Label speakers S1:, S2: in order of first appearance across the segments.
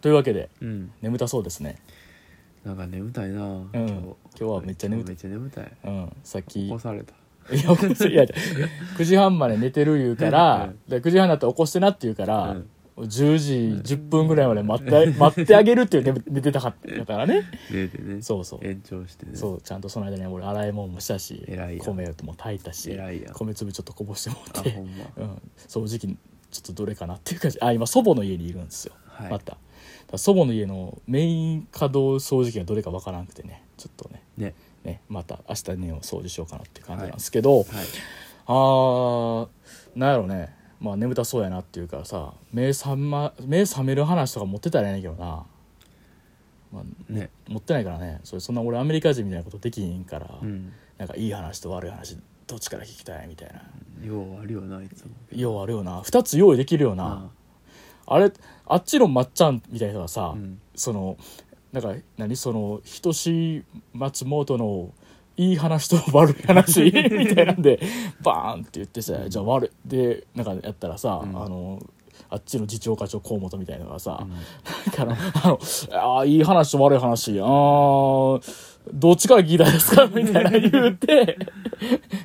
S1: というわけで
S2: うん
S1: 眠たそうですね
S2: なんか眠たいな、今日
S1: 今日はめっちゃ眠たい
S2: めっちゃ眠たい
S1: うんさっき
S2: 起こされた
S1: いや、起こすいや、9時半まで寝てる言うから
S2: う、ん
S1: で9時半になったら起こしてなって言うから
S2: うん、
S1: 10時10分ぐらいまで待って、待ってあげるっていう寝寝てたかったからね。
S2: 寝てね
S1: そうそう。
S2: 延長してね
S1: そう、ちゃんとその間に俺洗い物もしたし
S2: 偉い、やん
S1: 米とも炊いたし
S2: 偉いやん、
S1: 米粒ちょっとこぼしても
S2: あ
S1: らっ
S2: ほ
S1: て
S2: ん、ま
S1: うん、掃除機ちょっとどれかなっていう感じ。あ、今祖母の家にいるんですよ。
S2: はい
S1: また。だから祖母の家のメイン稼働掃除機がどれかわからなくてね、ちょっとね、
S2: ね
S1: ね、また明日ね、掃除しようかなっていう感じなんですけど、
S2: はい
S1: あーなんやろねまあ眠たそうやなっていうからさ目覚,、ま、目覚める話とか持ってたらやねんけどな、まあ、
S2: ね
S1: 持ってないからねそれそんな俺アメリカ人みたいなことできひんから、
S2: うん
S1: なんかいい話と悪い話どっちから聞きたいみたいな
S2: ようあるよないつも
S1: ようあるよな2つ用意できるよな、あれあっちのまっちゃんみたいな人がさ、
S2: あうん
S1: そのなんか何その人志松本のいい話と悪い 話みたいなんでバーンって言ってさ、
S2: うん
S1: じゃあ悪いでなんかやったらさ、
S2: うん
S1: あのあっちの次長課長河本みたいなのがさ、
S2: うん
S1: からあのあーいい話と悪い話あーどっちから聞いたんですかみたいな言う て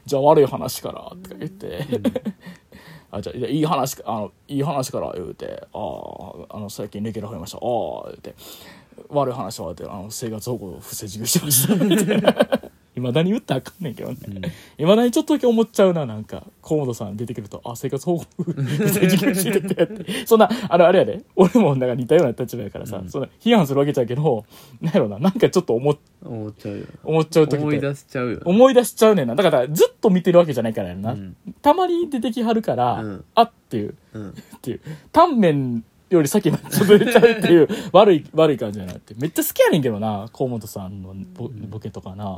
S1: じゃあ悪い話からとか言って、あじゃあいやいい話かあのいい話から言うてあーあの最近レギュラー増えましたああ言うて悪い話は言うてあの生活保護を不正受給してましたみたい ないまだに言ったらあかんねんけどねいま、未だにちょっとだけ思っちゃうななんか河本さん出てくるとあ生活保護不正受給しててって そんなあのあれやで俺もなんか似たような立場やからさ、
S2: うん
S1: そんな批判するわけじゃうけどなんやろななんかちょっと思っ
S2: 思っちゃうよ
S1: 思っちゃう時って
S2: 思い出しちゃうよね
S1: 思い出しちゃうねんなだからずっと見てるわけじゃないからやんな、
S2: うん
S1: たまに出てきはるから、
S2: うん
S1: あっていう
S2: うん
S1: っていうタンメンより先まで潰れちゃうっていう 悪い悪い感じやなってめっちゃ好きやねんけどな河本さんのボボケとかな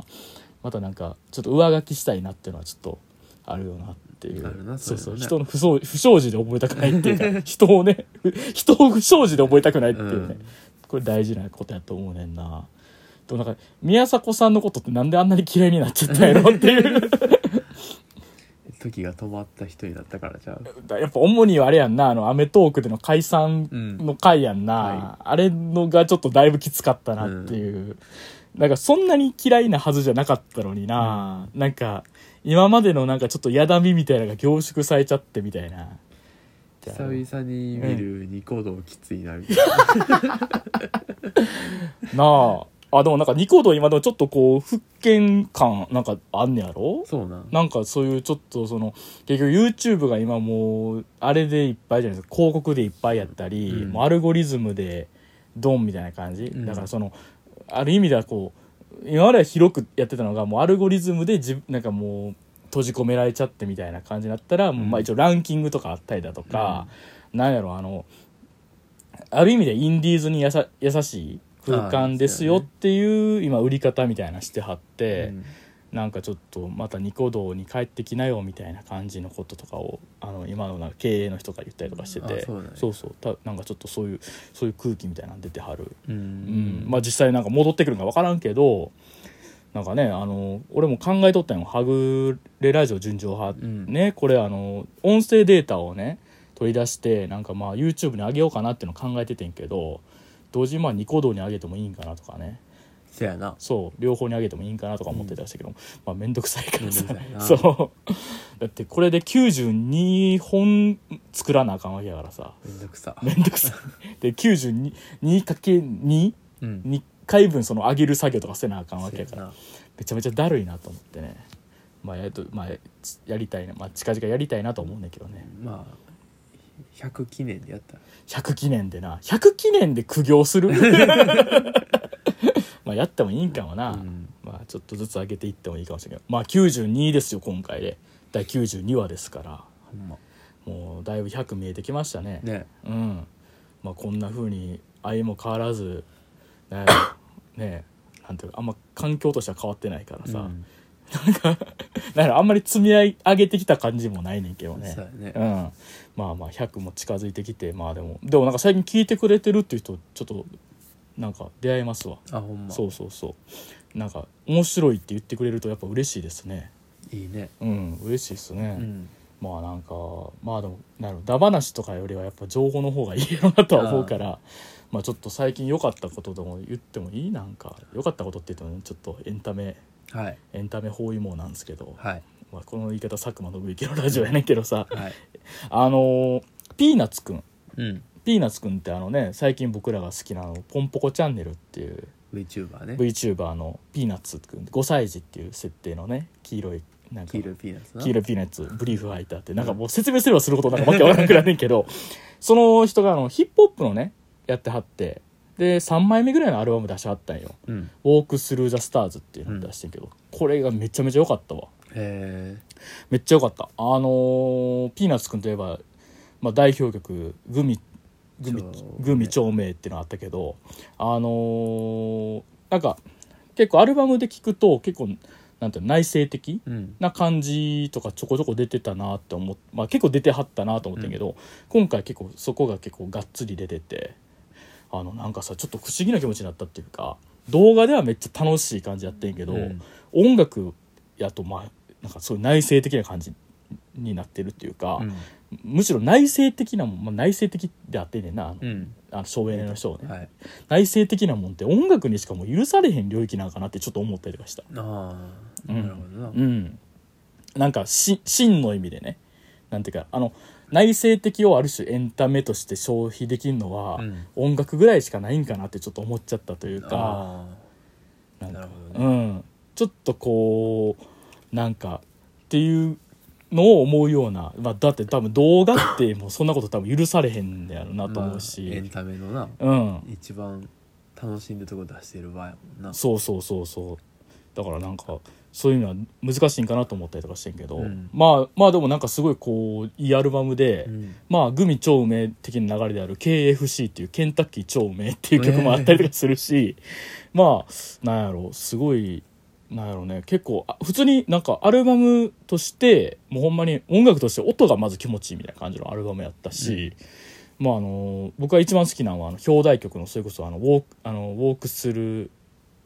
S1: またなんかちょっと上書きしたいなっていうのはちょっとあるよなっていう
S2: あるな
S1: そう
S2: そ
S1: そうう
S2: いうのね
S1: 人の不祥不祥事で覚えたくないっていう か人をね人を不祥事で覚えたくないっていうね、
S2: うん
S1: これ大事なことやと思うねんなでもなんか宮迫さんのことってなんであんなに嫌いになっちゃったんやろっていう
S2: 時が止まった人になったからちゃう
S1: やっぱ主にはあれやんなあの『アメトーーク』での解散
S2: うん
S1: の回やんな、あれのがちょっとだいぶきつかったなっていう、なんかそんなに嫌いなはずじゃなかったのにな、なんか今までのなんかちょっとやだみみたいなのが凝縮されちゃってみたいな
S2: 久々に見るニコ動きついなみたいな
S1: なああでもなんかニコ動今でもちょっとこう復権感なんかあんねやろ
S2: そうなん
S1: なんかそういうちょっとその結局 YouTube が今もうあれでいっぱいじゃないですか広告でいっぱいやったり、
S2: うん
S1: もうアルゴリズムでドンみたいな感じ、
S2: ん
S1: だからそのある意味ではこう今までは広くやってたのがもうアルゴリズムで自なんかもう閉じ込められちゃってみたいな感じになったら、もうまあ一応ランキングとかあったりだとか、なんやろあのある意味でインディーズにやさ優しい空間ですよっていう今売り方みたいなしてはって。
S2: うん
S1: なんかちょっとまたニコ動に帰ってきなよみたいな感じのこととかをあの今のなんか経営の人が言ったりとかしてて
S2: あそうなんや
S1: そうそうたなんかちょっとそういうそういう空気みたいなの出てはる、う
S2: う
S1: ん
S2: ん
S1: まあ実際なんか戻ってくるんか分からんけどなんかねあの俺も考えとったんよ「はぐれラジオ純情派」
S2: うん
S1: ねこれあの音声データをね取り出してなんかまあ YouTube に上げようかなっていうの考えててんけど同時にまあニコ動に上げてもいいんかなとかね
S2: せやな
S1: そう両方にあげてもいいんかなとか思ってたしたけど、まあ面倒くさいからさ
S2: 面倒くさいな
S1: そうだってこれで92本作らなあかんわけやからさ
S2: めんどくさ
S1: 面倒くさいで 92×22
S2: うん
S1: 2回分その上げる作業とかせなあかんわけや
S2: せ
S1: か
S2: や
S1: ら
S2: な
S1: めちゃめちゃだるいなと思ってねまあやっと、まあ、つやりたいな、まあ、近々やりたいなと思うねんだけどね
S2: まあ100記念でやったら
S1: 100記念でな100記念で苦行する まあやってもいいんかもな、
S2: うん
S1: まあちょっとずつ上げていってもいいかもしれないけどまあ92ですよ今回で第92話ですから
S2: ほんま
S1: もうだいぶ100見えてきましたね
S2: ね
S1: うんまあこんな風に相も変わらずなんやろねえなんていうかあんま環境としては変わってないからさ、
S2: うん
S1: なんやろあんまり積み上げてきた感じもないねんけどね
S2: そうやね
S1: うん、まあまあ100も近づいてきてまあでもでもなんか最近聞いてくれてるっていう人ちょっとなんか出会いますわ
S2: あほんま
S1: そうそうそうなんか面白いって言ってくれるとやっぱ嬉しいですね
S2: いいね
S1: うん嬉しいですね、
S2: うん
S1: まあなんかまあでもなるだ話とかよりはやっぱ情報の方がいいよなとは思うからまあちょっと最近良かったことでも言ってもいいなんか良かったことって言ってもちょっとエンタメ
S2: はい
S1: エンタメ包囲網なんですけど、
S2: はい
S1: まあ、この言い方佐久間信之のラジオやねんけどさ
S2: はい
S1: あのーピーナッツくん
S2: うん
S1: ピーナッツくんってあのね最近僕らが好きなあのポンポコチャンネルっていう
S2: VTuber ね
S1: VTuber のピーナッツくん5歳児っていう設定のね黄色いなんか
S2: 黄色いピーナッツな
S1: 黄色いピーナッツブリーフハイターってなんかもう説明すればするほどなんかわけわからなくなんねんけどその人があのヒップホップのねやってはってで3枚目ぐらいのアルバム出しはったんよ
S2: うん
S1: 「ウォークスルー・ザ・スターズ」っていうのを出してんけど、これがめちゃめちゃ良かったわ
S2: へ
S1: めっちゃ良かったあのーピーナッツくんといえば、まあ、代表曲「グミ」グミ
S2: そう
S1: 「グミ長命」っていうのあったけどあのーなんか結構アルバムで聴くと結構なんていうの内省的
S2: えうん
S1: な感じとかちょこちょこ出てたなって思って、まあ、結構出てはったなと思ったんやけど、今回結構そこが結構がっつり出ててあのなんかさちょっと不思議な気持ちになったっていうか動画ではめっちゃ楽しい感じやってんけど、
S2: うん
S1: 音楽やとまあなんかそういう内省的な感じになってるっていうか、
S2: うん
S1: むしろ内省的なもん、まあ、内省的であってんねんなあの,、
S2: うん
S1: あの省エネの人をね、
S2: はい
S1: 内省的なもんって音楽にしかもう許されへん領域なんかなってちょっと思ったりとかした。
S2: ああ
S1: うん
S2: なるほどな
S1: うん、なんかし真の意味でねなんていうかあの内省的をある種エンタメとして消費できるのは、
S2: うん
S1: 音楽ぐらいしかないんかなってちょっと思っちゃったというか
S2: あ
S1: な
S2: あ
S1: ん
S2: な
S1: か
S2: るほど
S1: う
S2: ね
S1: ん、ちょっとこうなんかっていうのを思うような、まあ、だって多分動画ってもうそんなこと多分許されへんやろなと思う
S2: まあエン
S1: し、
S2: タメのな
S1: うん、
S2: 一番楽しんでるとこ出してる場合やもんな
S1: そうそうそうそうだからなんかそういうのは難しいんかなと思ったりとかしてんけど、
S2: うん
S1: まあまあでもなんかすごいこういいアルバムで、
S2: うん
S1: まあグミ超うめえ的な流れである KFC っていうケンタッキー超うめえっていう曲もあったりとかするし、まあなんやろうすごいなんやろうね結構あ普通になんかアルバムとしてもうほんまに音楽として音がまず気持ちいいみたいな感じのアルバムやったし、まああの僕が一番好きなのはあの表題曲のそれこそあのウォーク「あのウォークする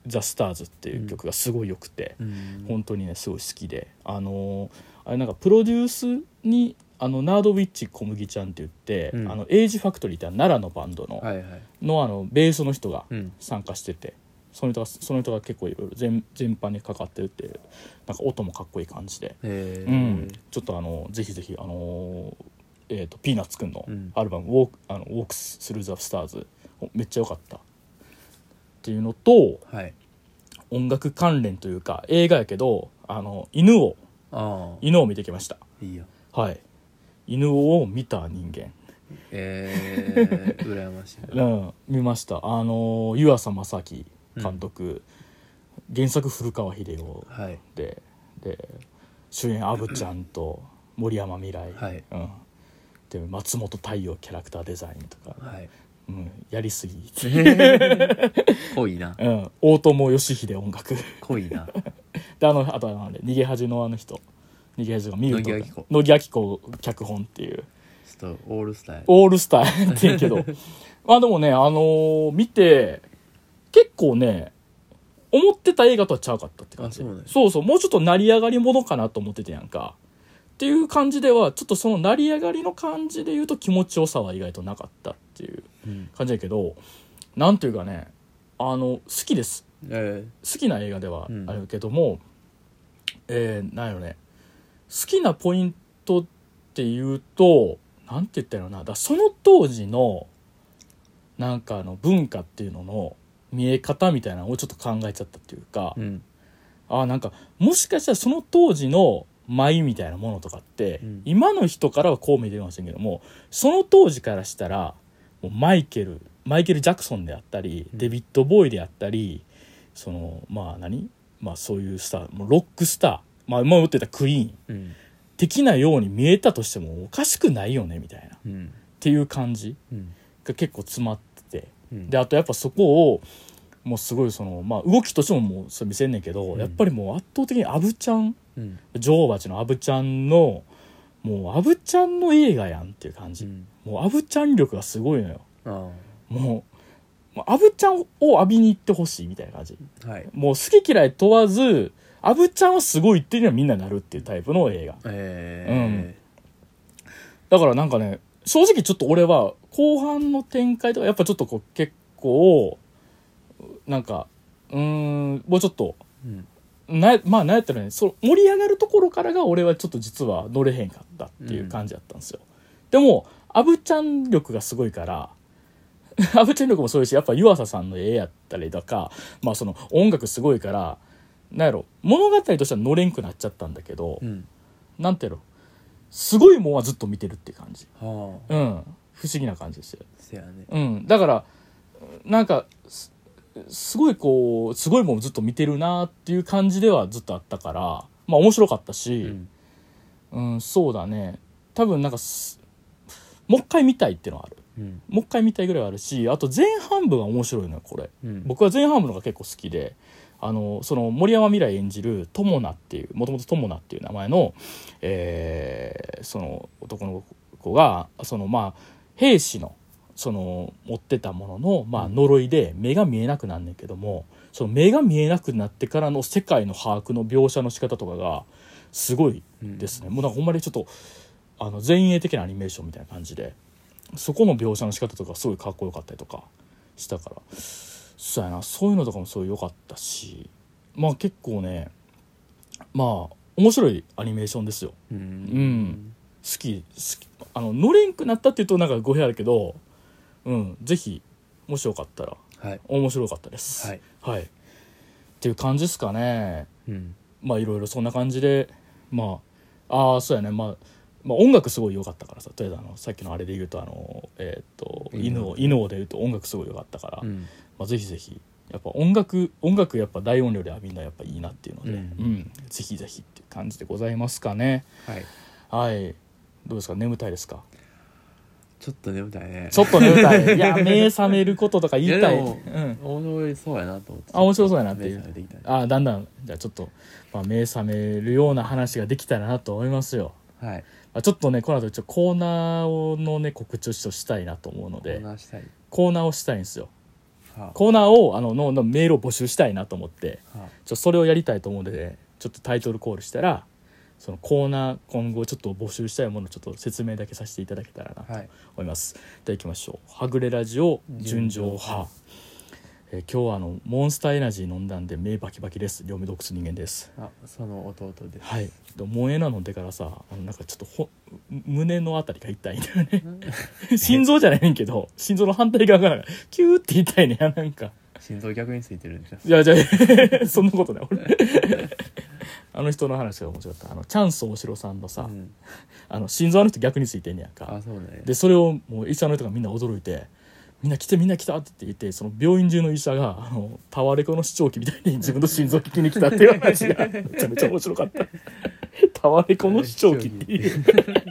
S1: ザ・スターズ」っていう曲がすごい良くて、
S2: うん
S1: 本当にねすごい好きであのーあれなんかプロデュースにあのナードウィッチ小麦ちゃんって言って、
S2: うん
S1: あのエイジファクトリーって奈良のバンドの,、
S2: はいはい
S1: のあのベースの人が
S2: うん
S1: 参加しててその人がその人が結構いろいろ全全般にかかってるっていうなんか音もかっこいい感じで、
S2: へ
S1: うん
S2: え、
S1: ちょっとあのぜひぜひあのーえー、とピーナッツくんの
S2: うん
S1: アルバム「ウォークあのウォークスルーザスターズめっちゃ良かったっていうのと
S2: はい
S1: 音楽関連というか映画やけどあの犬を
S2: ああ
S1: 犬を見てきました
S2: いいよ
S1: はい犬を見た人間
S2: ええ羨ましいな
S1: うん見ましたあの湯浅正樹監督、原作古川秀夫
S2: はい
S1: でで主演アブちゃんと森山未来、
S2: はい
S1: うん、で松本太陽キャラクターデザインとか、
S2: はい
S1: うん、やりすぎ、
S2: 濃いな
S1: うん、大友義秀音楽
S2: 濃いな
S1: であのあとあの逃げ恥のあの人逃げ恥が見ると
S2: 野木明子
S1: 野木明子脚本っていう
S2: ちょっとオールスタイル
S1: オールスターやってんけ どまあでもねあのー見て結構ね思ってた映画とはちゃうかったって感じ
S2: あそうなんや
S1: そうそうもうちょっと成り上がりものかなと思ってたやんかっていう感じではちょっとその成り上がりの感じで言うと気持ちよさは意外となかったっていう
S2: うん
S1: 感じやけどなんていうかねあの好きです
S2: え
S1: 好きな映画では
S2: うん
S1: あるけども、えー、なんよね好きなポイントっていうとなんて言ったらいいのかなだからその当時のなんかあの文化っていうのの見え方みたいなのをちょっと考えちゃったっていうか、
S2: えうん
S1: あーなんかもしかしたらその当時の舞みたいなものとかって、
S2: うん
S1: 今の人からはこう見えてるかもしれんけどもその当時からしたらもうマイケルマイケル・ジャクソンであったり、
S2: うん
S1: デビッド・ボーイであったりそのまあ何、まあ、そういうスターもうロックスター、まあ、今言ってたクイーン
S2: うん
S1: 的なように見えたとしてもおかしくないよねみたいなっ
S2: うん
S1: ていう感じ
S2: うん
S1: が結構詰まってて。
S2: うん
S1: であとやっぱそこをもうすごいその、まあ、動きとしてももうそれ見せんねんけど、
S2: うん
S1: やっぱりもう圧倒的にアブちゃん
S2: うん
S1: 女王蜂のアブちゃんのもうアブちゃんの映画やんっていう感
S2: う
S1: じ、
S2: ん
S1: もうアブちゃん力がすごいのよ
S2: あ
S1: もうもうアブちゃんを浴びに行ってほしいみたいな感じ
S2: あはい
S1: もう好き嫌い問わずアブちゃんはすごいっていうのはみんななるっていうタイプの映画
S2: え
S1: だからなんかね、正直ちょっと俺は、後半の展開とか、やっぱちょっとこう結構、なんか、うーん、もうちょっと、
S2: うん
S1: なまあなんやったらねその盛り上がるところからが俺はちょっと実は乗れへんかったっていう感じだったんですよ、でもアブちゃん力がすごいから アブちゃん力もそういうしやっぱ湯浅さんの絵やったりとかまあその音楽すごいからなんやろ物語としては乗れんくなっちゃったんだけど、
S2: うん
S1: なんてやろすごいもんはずっと見てるっていう感じ
S2: はあ
S1: うん不思議な感じですよ
S2: せやね
S1: うん、だからなんかすすごいこうすごいもんずっと見てるなっていう感じではずっとあったからまあ面白かった
S2: う
S1: し、
S2: ん
S1: うんそうだね多分なんかすもう一回見たいっていうのはある
S2: うん
S1: もう一回見たいぐらいはあるしあと前半部が面白いのよこれ
S2: うん
S1: 僕は前半部のが結構好きであのその森山未来演じる友名っていうもともと友名っていう名前の、えーその男の子がそのまあ兵士のその持ってたものの、まあ、
S2: うん
S1: 呪いで目が見えなくなんねんけども、その目が見えなくなってからの世界の把握の描写の仕方とかがすごい
S2: うん
S1: ですね、もうなんかほんまにちょっとあの前衛的なアニメーションみたいな感じでそこの描写の仕方とかすごいかっこよかったりとかしたからそうやなそういうのとかもすごい良かったしまあ結構ねまあ面白いアニメーションですよ
S2: うん
S1: うん好き好きあの乗れんくなったっていうとなんか語弊あるけどうんぜひもしよかったら
S2: はい
S1: 面白かったです
S2: はい、
S1: はい、っていう感じですかね
S2: うん
S1: まあいろいろそんな感じでまあああそうやね、まあ、まあ音楽すごい良かったからさとりあえずあのさっきのあれで言うとあのえーっと
S2: 犬
S1: 犬
S2: 王
S1: を犬をで言うと音楽すごい良かったから、
S2: うん
S1: まあ、ぜひぜひやっぱ音楽音楽やっぱ大音量ではみんなやっぱいいなっていうので、
S2: う
S1: うんんぜひぜひっていう感じでございますかね
S2: はい
S1: はいどうですか眠たいですか
S2: ちょっと眠たいね
S1: ちょっと眠た いいや目覚めることとか言いたい
S2: いやでも
S1: うん、
S2: 面白いそうやなと思って
S1: あ面白そうやなっていう
S2: 目覚めてきたね
S1: ああだんだんじゃあちょっと、まあ、目覚めるような話ができたらなと思いますよ
S2: はい
S1: まあちょっとねこの後ちょっとコーナーのね告知をちょっとしたいなと思うの
S2: コー
S1: で
S2: ナーしたい
S1: コーナーをしたいんですよ
S2: は
S1: コーナーをあのののメールを募集したいなと思って
S2: あはあ
S1: ちょっとそれをやりたいと思うのでちょっとタイトルコールしたらそのコーナー今後ちょっと募集したいものをちょっと説明だけさせていただけたらなと
S2: はい
S1: 思います、では行きましょう「はぐれラジオ純情派」えー今日はあのモンスターエナジー飲んだんで目バキバキです両目洞窟人間です
S2: あその弟です
S1: はい、でも萌えなのでからさあのなんかちょっとほ胸のあたりが痛いんだよね 心臓じゃないねんけど心臓の反対側がなんかキューって痛いねんやなんか
S2: 心臓逆についてるんじゃん
S1: いやじゃあ そんなことない俺あの人の話が面白かったあのチャンス大城さんのさ、
S2: うん
S1: あの心臓あの人逆についてんねやんか
S2: あそうだね
S1: でそれをもう医者の人がみんな驚いて「みんな来てみんな来た」って言ってその病院中の医者があのタワレコの視聴器みたいに 自分の心臓を聞きに来たっていう話がめちゃめちゃ面白か ったタワレコの視聴器っていう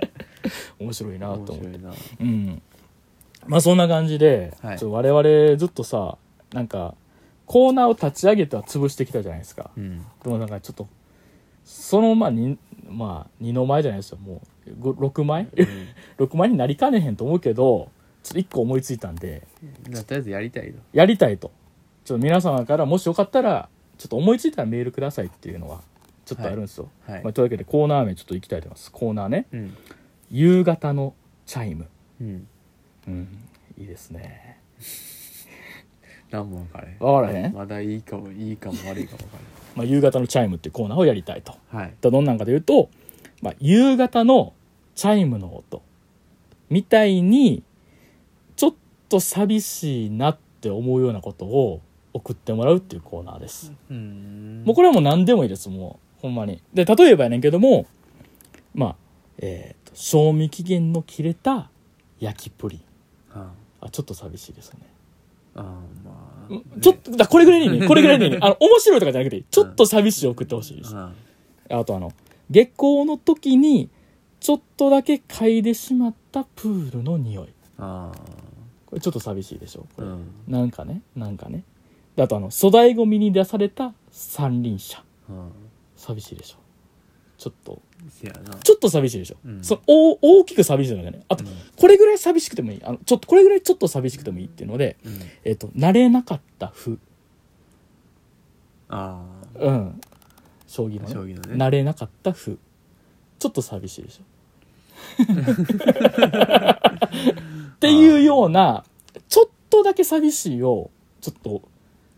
S1: 面白いな
S2: 面
S1: と思
S2: 白
S1: って
S2: いな
S1: うんまあそんな感じで、
S2: はい
S1: ちょっと我々ずっとさなんかコーナーを立ち上げては潰してきたじゃないですか
S2: うん
S1: でもなんかちょっとそのまあにまあ二の前じゃないですよもうご6枚
S2: う
S1: 6万になりかねへんと思うけどちょっと1個思いついたんで
S2: んなとりあえずやりたいの
S1: やりたいとちょっと皆様からもしよかったらちょっと思いついたらメールくださいっていうのはちょっとあるんですよ、
S2: はい
S1: まあ、というわけでコーナー名ちょっといきたいと思いますコーナーね
S2: うん
S1: 夕方のチャイム
S2: うん
S1: うんいいですね
S2: 何も分かれへん
S1: わからへん、
S2: まだいいかもいいかも悪いかも分か
S1: まあ、夕方のチャイムっていうコーナーをやりたいと
S2: れへんはい
S1: どんなんかというと、まあ、夕方のチャイムの音みたいにちょっと寂しいなって思うようなことを送ってもらうっていうコーナーです。
S2: うん
S1: もうこれはもう何でもいいですもうほんまに。で例えばやねんけどもまあえーと賞味期限の切れた焼きプリン
S2: あ
S1: あちょっと寂しいですね。
S2: あまあ、
S1: うんちょっとだこれぐらいにいいねこれぐらいにいいねあの面白いとかじゃなくていいちょっと寂しいを送ってほしいです。
S2: あ
S1: あとあの下校の時にちょっとだけ嗅いでしまったプールの匂い
S2: あ
S1: これちょっと寂しいでしょこ
S2: う
S1: れ、
S2: ん
S1: なんかねなんかねであとあの粗大ごみに出された三輪車
S2: うん
S1: 寂しいでしょちょっと
S2: せやな
S1: ちょっと寂しいでしょ、
S2: うん
S1: そのお大きく寂しいのがねあと、
S2: うん
S1: これぐらい寂しくてもいいあのちょっとこれぐらいちょっと寂しくてもいいっていうので、
S2: うん
S1: えっと慣れなかった歩
S2: あ
S1: うん将棋の
S2: あ
S1: ね
S2: 将棋のね
S1: 慣れなかった風ちょっと寂しいでしょっていうような、ちょっとだけ寂しいを、ちょっと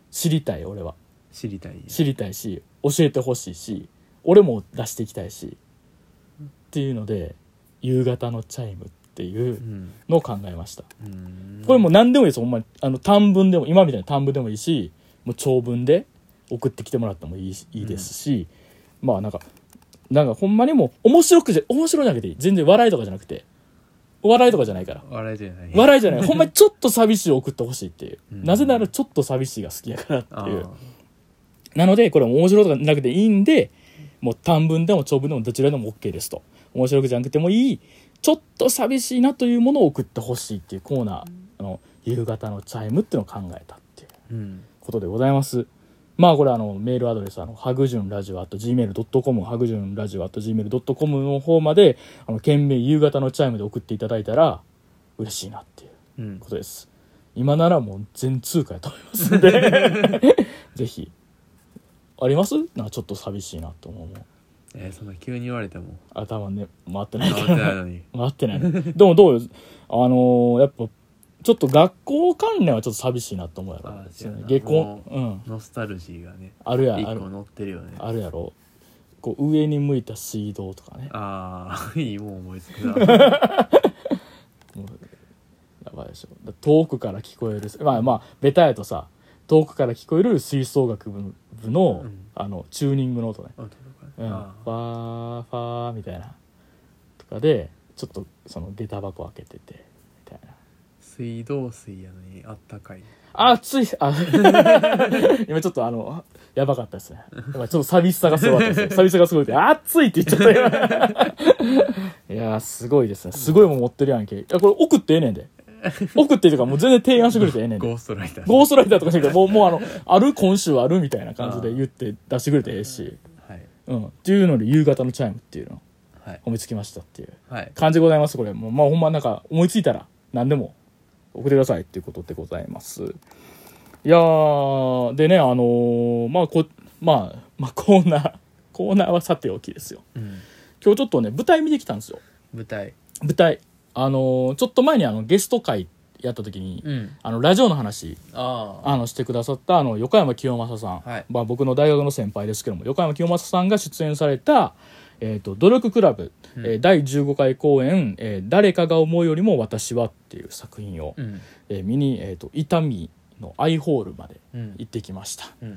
S1: 知りたい、俺は。
S2: 知りたい
S1: 知りたいし、教えてほしいし、俺も出していきたいし、っていうので、夕方のチャイムっていううんのを考えました。
S2: うん
S1: これもう何でもいいです、ほんまに。あの、短文でも、今みたいな短文でもいいし、もう長文で送ってきてもらってもいいしいいですし、まあなんか、なんかほんまにもう、面白くじゃ、面白いなくていい。全然笑いとかじゃなくて。笑いとかじゃないから。
S2: 笑いじゃない
S1: 笑いじゃない。ほんまにちょっと寂しいを送ってほしいっていう。
S2: うん
S1: なぜならちょっと寂しいが好きやから
S2: あ
S1: っていう。
S2: ー
S1: なので、これ面白いとかなくていいんで、もう短文でも長文でもどちらでも OK ですと。面白くじゃなくてもいい、ちょっと寂しいなというものを送ってほしいっていうコーナー、あの、夕方のチャイムっていうのを考えたっていう
S2: うん
S1: ことでございます。まあこれあのメールアドレスあのハグジュンラジオ at gmail.com ハグジュンラジオ at gmail.com の方まであの懸命夕方のチャイムで送っていただいたら嬉しいなっていう
S2: うん
S1: ことです今ならもう全通貨やと思いますん でぜひありますなんかちょっと寂しいなと思うもん
S2: えーそんな急に言われても
S1: 頭ね回ってない
S2: 変
S1: か
S2: わっ
S1: ら
S2: てないの に
S1: 回ってないでもどうよあのーやっぱちょっと学校関連はちょっと寂しいなと思うやろ
S2: あそうやな
S1: 下校
S2: も
S1: うん
S2: ノスタルジーがね
S1: あるやあ
S2: 一個
S1: る
S2: 乗ってるよね
S1: あるやろこう上に向いた水道とかね
S2: ああいいもん思いつ くな
S1: もうやばいでしょだ遠くから聞こえるまあまあベタやとさ遠くから聞こえる吹奏楽部の,、
S2: うん
S1: あのチューニングの音ね
S2: あどうか
S1: うん、フ
S2: な
S1: ァ
S2: あ
S1: ーファーみたいなとかでちょっとその下駄箱開けててみたいな
S2: 水道水やのにあったかい
S1: あ暑いあ 今ちょっとあのやばかったですね今ちょっと寂しさがすごかったですね寂しさがすごいって暑いって言っちゃった今 いやーすごいですねすごいもん持ってるやんけいやこれ送ってええねんで送っていいとかもう全然提案してくれてええねんで
S2: ゴーストライター
S1: ゴーストライターとかしてくれてもうもうあのある今週あるみたいな感じで言って出してくれてええし
S2: はい
S1: うんっていうので夕方のチャイムっていうのを
S2: はい
S1: 思いつきましたっていう
S2: はい
S1: 感じでございますこれもうまあほんまなんか思いついたら何でも送ってくださいっていうことでございますいやーでねあのーまあこまあまあコーナーコーナーはさておきですよ
S2: うん
S1: 今日ちょっとね舞台見てきたんですよ
S2: 舞台
S1: 舞台あのーちょっと前にあのゲスト会やった時に、
S2: うん
S1: あのラジオの話
S2: ああ
S1: あのしてくださったあの横山清正さん、
S2: はい
S1: まあ、僕の大学の先輩ですけども横山清正さんが出演された「えー、と努力クラブ、
S2: うん
S1: えー第15回公演、えー誰かが思うよりも私は」っていう作品を、
S2: うん
S1: えー見に、えー、と伊丹のアイホールまで
S2: うん
S1: 行ってきました
S2: うん
S1: い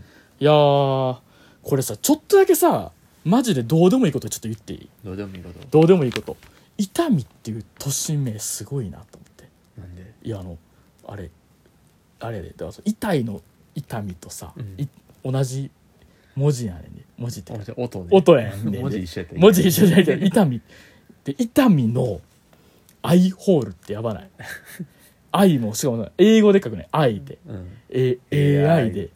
S1: やーこれさちょっとだけさマジでどうでもいいことちょっと言っていい
S2: どうでもいいこと
S1: どうでもいいこと伊丹っていう都市名すごいなと思って
S2: なんで
S1: いやあのあれあれやでだからその痛いの痛みとさ、
S2: うん
S1: い同じ文字やねんね文字って
S2: あ
S1: か
S2: じゃあ音ね
S1: 音やねんね
S2: 文字一緒やった
S1: 文字一緒じゃないけど痛みで痛みのアイホールってやば ない愛もしかも英語で書くね愛で、
S2: うん
S1: え
S2: AI
S1: AI で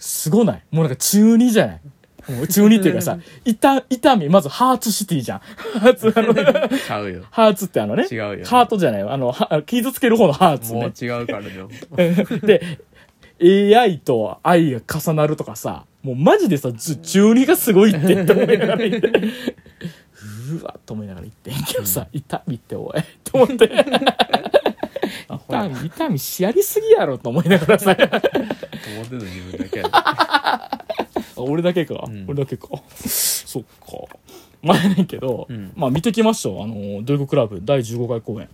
S1: すごないもうなんか中二じゃないもう中二っていうかさ痛痛みまずハーツシティじゃんハーツあの
S2: ちゃうよ
S1: ハーツってあのね
S2: 違うよ
S1: ハートじゃないあのは傷つける方のハーツ
S2: も
S1: ね
S2: う違うからよ
S1: で AI と愛が重なるとかさもうマジでさず中二がすごいって って思いながら言ってうわっと思いながら言ってんけどさ、痛みっておいと思 って痛み痛みしやりすぎやろと思いながらさ
S2: 思ってんの自分だけやで
S1: あ俺だけか、
S2: うん
S1: 俺だけかそっかまあやねんけど、
S2: うん
S1: まあ見てきましたよあの努力クラブ第15回公演、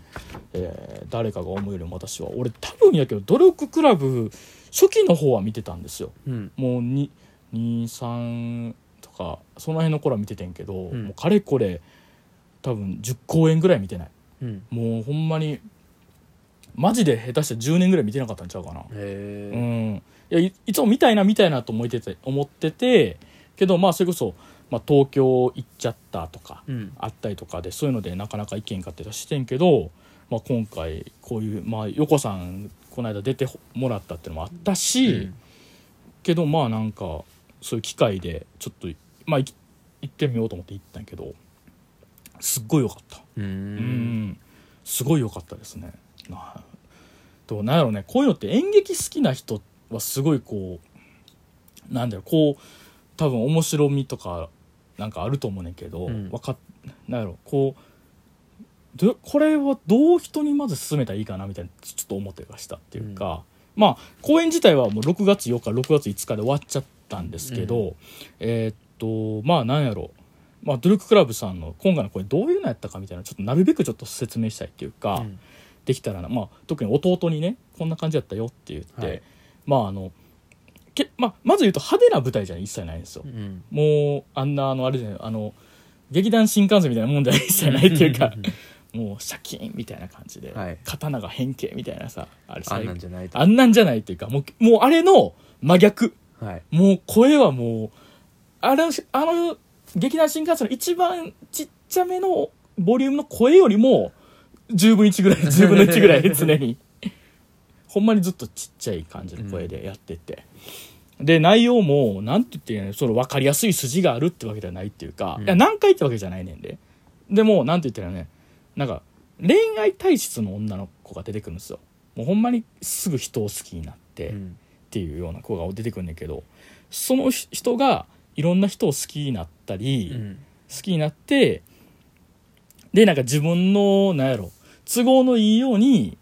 S1: えー誰かが思うよりも私は俺多分やけど努力クラブ初期の方は見てたんですよ
S2: うん
S1: もうに23とかその辺の頃は見ててんけど、
S2: うん
S1: もうかれこれ多分10公演ぐらい見てない
S2: うん
S1: もうほんまにマジで下手したら10年ぐらい見てなかったんちゃうかな
S2: へ
S1: う
S2: え
S1: ん、いやいいつも見たいな見たいなと思ってて思っててけどまあそれこそ、まあ、東京行っちゃったとか
S2: うん
S1: あったりとかでそういうのでなかなか意見買ってたりしてんけど、まあ、今回こういう、まあ、横さんこの間出てほもらったっていうのもあったし、
S2: うん
S1: けどまあなんかそういう機会でちょっと、まあ、い行ってみようと思って行ったんやけどすっごい良かった。
S2: う
S1: うんん、すごい良かったですね。などうなんやろうねこういうのって演劇好きな人はすごいこうなんだろうこう多分面白みとかなんかあると思うねんけど、
S2: うん
S1: わかっなんやろうこうでこれはどう人にまず勧めたらいいかなみたいなちょっと思ってましたっていうか、まあ公演自体はもう6月4日6月5日で終わっちゃったんですけど、えーっとまあなんやろう、まあ、ドゥルククラブさんの今回のこれどういうのやったかみたいなちょっとなるべくちょっと説明したいっていうか、
S2: うん
S1: できたらな、まあ、特に弟にねこんな感じだったよって言って、
S2: はい
S1: まああのけ、まあ、まず言うと派手な舞台じゃ一切ないんですよ、
S2: うん
S1: もうあんなあのあれじゃないあの劇団新幹線みたいなもんじゃ一切ないっていうか
S2: ん
S1: もうシャキーンみたいな感じで、
S2: はい
S1: 刀が変形みたいなさあれ
S2: あ
S1: さ
S2: んなんじゃないと
S1: あんなんじゃないっていうかもうもうあれの真逆
S2: はい
S1: もう声はもうあのあの劇団新幹線の一番ちっちゃめのボリュームの声よりも10分1ぐらい10分の1ぐら い常にほんまにずっとちっちゃい感じの声でやってて、で内容もなんて言ってんやろその分かりやすい筋があるってわけではないっていうか、
S2: うん
S1: いや何回ってわけじゃないねんででもなんて言ってんやろねなんか恋愛体質の女の子が出てくるんですよもうほんまにすぐ人を好きになって、
S2: うん
S1: っていうような子が出てくるんだけどそのひ人がいろんな人を好きになったり、
S2: うん
S1: 好きになってでなんか自分のなんやろ都合のいいように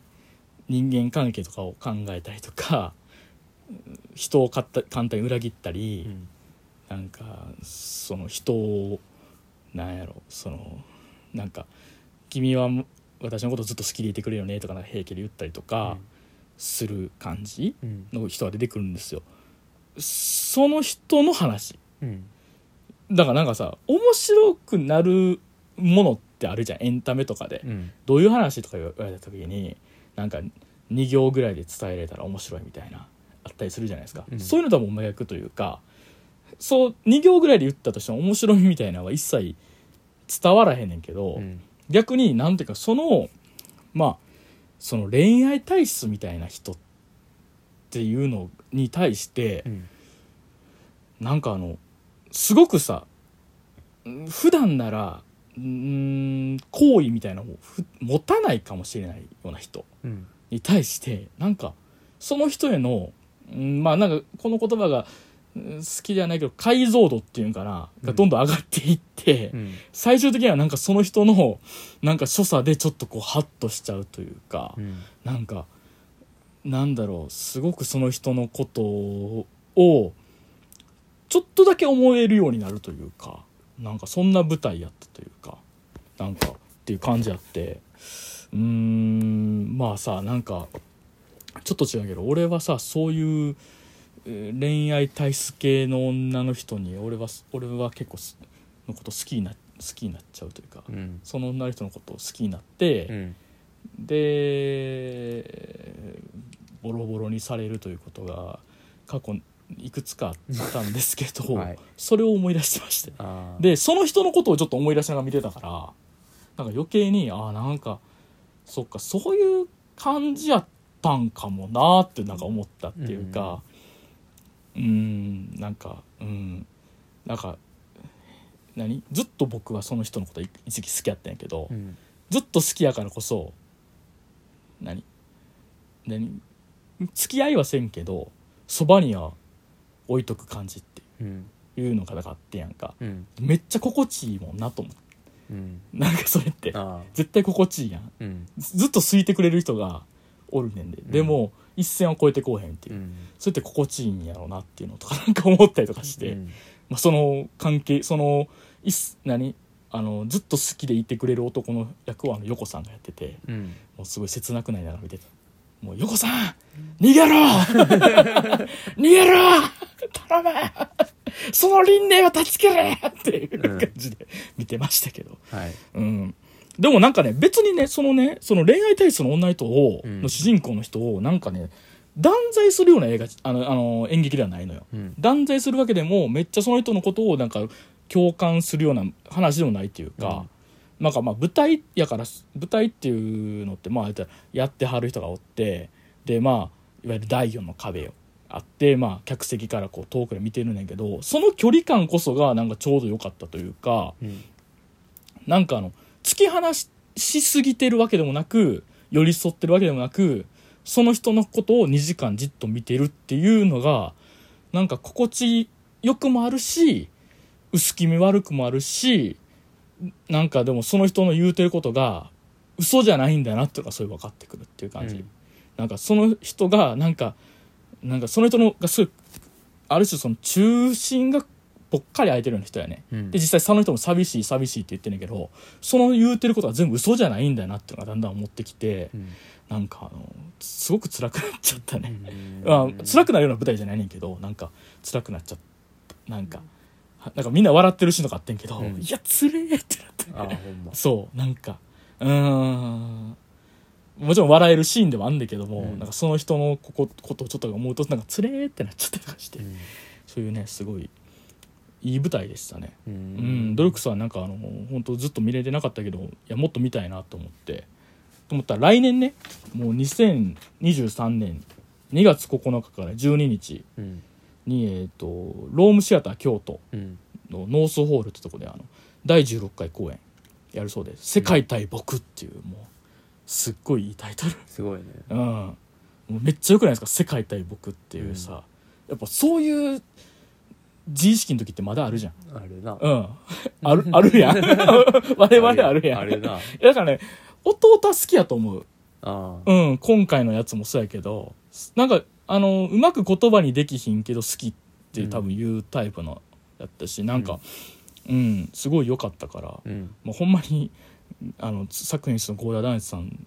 S1: 人間関係とかを考えたりとかうん人をかった簡単に裏切ったり、
S2: うん
S1: なんかその人をなんやろそのなんか「君は私のことずっと好きでいてくれよね」とかなんか平気で言ったりとかする感じ。
S2: うん
S1: の人が出てくるんですよその人の話
S2: うん
S1: だからなんかさ面白くなるものってあるじゃんエンタメとかで
S2: うん
S1: どういう話とか言われた時になんか2行ぐらいで伝えられたら面白いみたいなあったりするじゃないですか、
S2: うん
S1: そういうのとはもう真逆というかそう2行ぐらいで言ったとしても面白みみたいなのは一切伝わらへんねんけど、
S2: うん
S1: 逆になんていうかそのまあその恋愛体質みたいな人っていうのに対して
S2: う、ん
S1: なんかあのすごくさうん普段ならうーん好意みたいなのをふ持たないかもしれないような人
S2: うん
S1: に対してなんかその人へのうんまあなんかこの言葉がうん好きではないけど解像度っていうんかながどんどん上がっていって、
S2: うん
S1: 最終的にはなんかその人のなんか所作でちょっとこうハッとしちゃうというか、
S2: うん
S1: なんかなんだろうすごくその人のことをちょっとだけ思えるようになるというかなんかそんな舞台やったというかなんかっていう感じやってうーんまあさなんかちょっと違うけど俺はさそういうえー恋愛体質系の女の人に俺は俺は結構すのこと好きにな好きになっちゃうというか、
S2: うん
S1: その女の人のことを好きになって、
S2: うん
S1: でボロボロにされるということが過去いくつかあったんですけど、
S2: はい
S1: それを思い出してまして
S2: あー
S1: でその人のことをちょっと思い出しながら見てたからなんか余計にああんかそっかそういう感じやったんかもなーってなんか思ったっていうかうーんなんかうんなんか何ずっと僕はその人のこと一時期好きやったんやけど、
S2: うん
S1: ずっと好きやからこそ何何付き合いはせんけどそばには置いとく感じって
S2: うん
S1: いうのがなんかあってやんか
S2: うん
S1: めっちゃ心地いいもんなと思って
S2: うん
S1: なんかそれって
S2: あ
S1: 絶対心地いいやん
S2: ーうん
S1: ずずっと好いてくれる人がおるねんででも、一線を越えてこうへんっていうう、
S2: ん
S1: それって心地いいんやろうなっていうのとかなんか思ったりとかして、
S2: うん
S1: まあ、その関係そのいっ何あのずっと好きでいてくれる男の役はあの横さんがやってて、
S2: うん
S1: もうすごい切なくないながら見てた。もう、横さん逃げろ 逃げろ頼むその輪廻を断ち切れっていう感じで見てましたけど。
S2: はい
S1: うん。でもなんかね、別にね、そのね、その恋愛体質の女の人を、
S2: うん
S1: の主人公の人を、なんかね、断罪するような映画、あの、あの演劇ではないのよ。
S2: うん
S1: 断罪するわけでもめっちゃその人のことをなんか共感するような話でもないっていうか、なんかまあ舞台やから舞台っていうのってまあ言ったらやってはる人がおってでまあいわゆる第4の壁よあってまあ客席からこう遠くで見てるんだけどその距離感こそがなんかちょうど良かったというか
S2: うん
S1: なんかあの突き放ししすぎてるわけでもなく寄り添ってるわけでもなくその人のことを2時間じっと見てるっていうのがなんか心地よくもあるし薄気味悪くもあるしなんかでもその人の言うてることが嘘じゃないんだなっていうのがそういう分かってくるっていう感じ、
S2: うん
S1: なんかその人がなんかなんかその人のがすごいある種その中心がぽっかり空いてるような人やね
S2: うん
S1: で実際その人も寂しい寂しいって言ってんねんけどその言うてることは全部嘘じゃないんだよなっていうのがだんだん思ってきて
S2: うん
S1: なんかあのすごく辛くなっちゃったね
S2: う
S1: あ
S2: ん
S1: 辛くなるような舞台じゃないねんけどなんか辛くなっちゃったなんかはなんかみんな笑ってるシーンとかあってんけど、
S2: うん
S1: いやつれーってなって
S2: あほんま
S1: そうなんかうーんもちろん笑えるシーンではあるんだけども、
S2: うん
S1: なんかその人のここことをちょっと思うとなんかつれーってなっちゃったりとかして、そういうねすごいいい舞台でしたね
S2: う
S1: うん、
S2: ん
S1: ドルクスはなんかあの本当ずっと見れてなかったけどいやもっと見たいなと思ってと思ったら来年ねもう2023年2月9日から12日
S2: うん
S1: に、えー、とロームシアター京都
S2: うん
S1: のノースホールってとこであの第16回公演やるそうで「世界対僕」っていう、もうすっごいいいタイトル、
S2: すごいね
S1: うん、もうめっちゃよくないですか「世界対僕」っていうさ、やっぱそういう自意識の時ってまだあるじゃん
S2: あるな
S1: うんあるあ るやん我々あるやん
S2: あれな
S1: だからね弟は好きやと思う
S2: ああ
S1: うん今回のやつもそうやけどなんかあのうまく言葉にできひんけど好きって多分言うタイプのやったし、なんかうん、すごい良かったから、
S2: うん
S1: もうほんまにあの作品室の郷田男子さん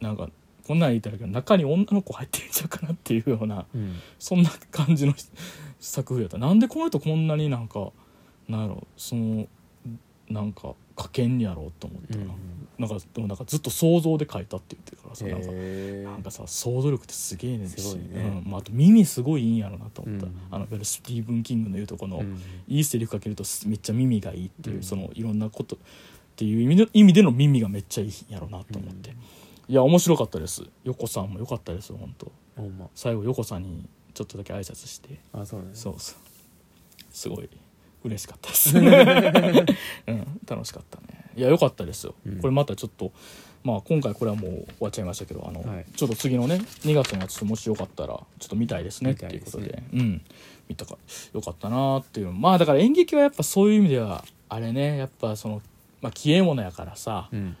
S1: なんかこんなん言いたらいいけど中に女の子入ってんちゃうかなっていうような
S2: うん
S1: そんな感じの 作風やったなんでこの人こんなになんかなんやろそのなんか書けんやろうと思ったら、なんかでもなんかずっと想像で書いたって言ってるからさ、なんか
S2: へえ
S1: なんかさ想像力ってすげえねんし
S2: すごいね
S1: うんまあ、あと耳すごいいいんやろなと思った、
S2: うん
S1: あのいわゆるスティーブン・キングの言うとこの、
S2: うん
S1: いいセリフかけるとすめっちゃ耳がいいっていう、
S2: うん
S1: そのいろんなことっていう意味の意味での耳がめっちゃいいんやろなと思って、いや面白かったです横さんも良かったです本当
S2: ほんま
S1: 最後横さんにちょっとだけ挨拶して
S2: あそうね
S1: そうそうすごい嬉しかった です、うん、楽しかったねいや良かったですよ、
S2: うん
S1: これまたちょっとまあ今回これはもう終わっちゃいましたけどあの、
S2: はい
S1: ちょっと次のね2月のやつもしよかったらちょっと見たいですねっていうことで
S2: 見たい
S1: うん見たかよかったなーっていうまあだから演劇はやっぱそういう意味ではあれねやっぱその、まあ、消え物やからさ、
S2: うん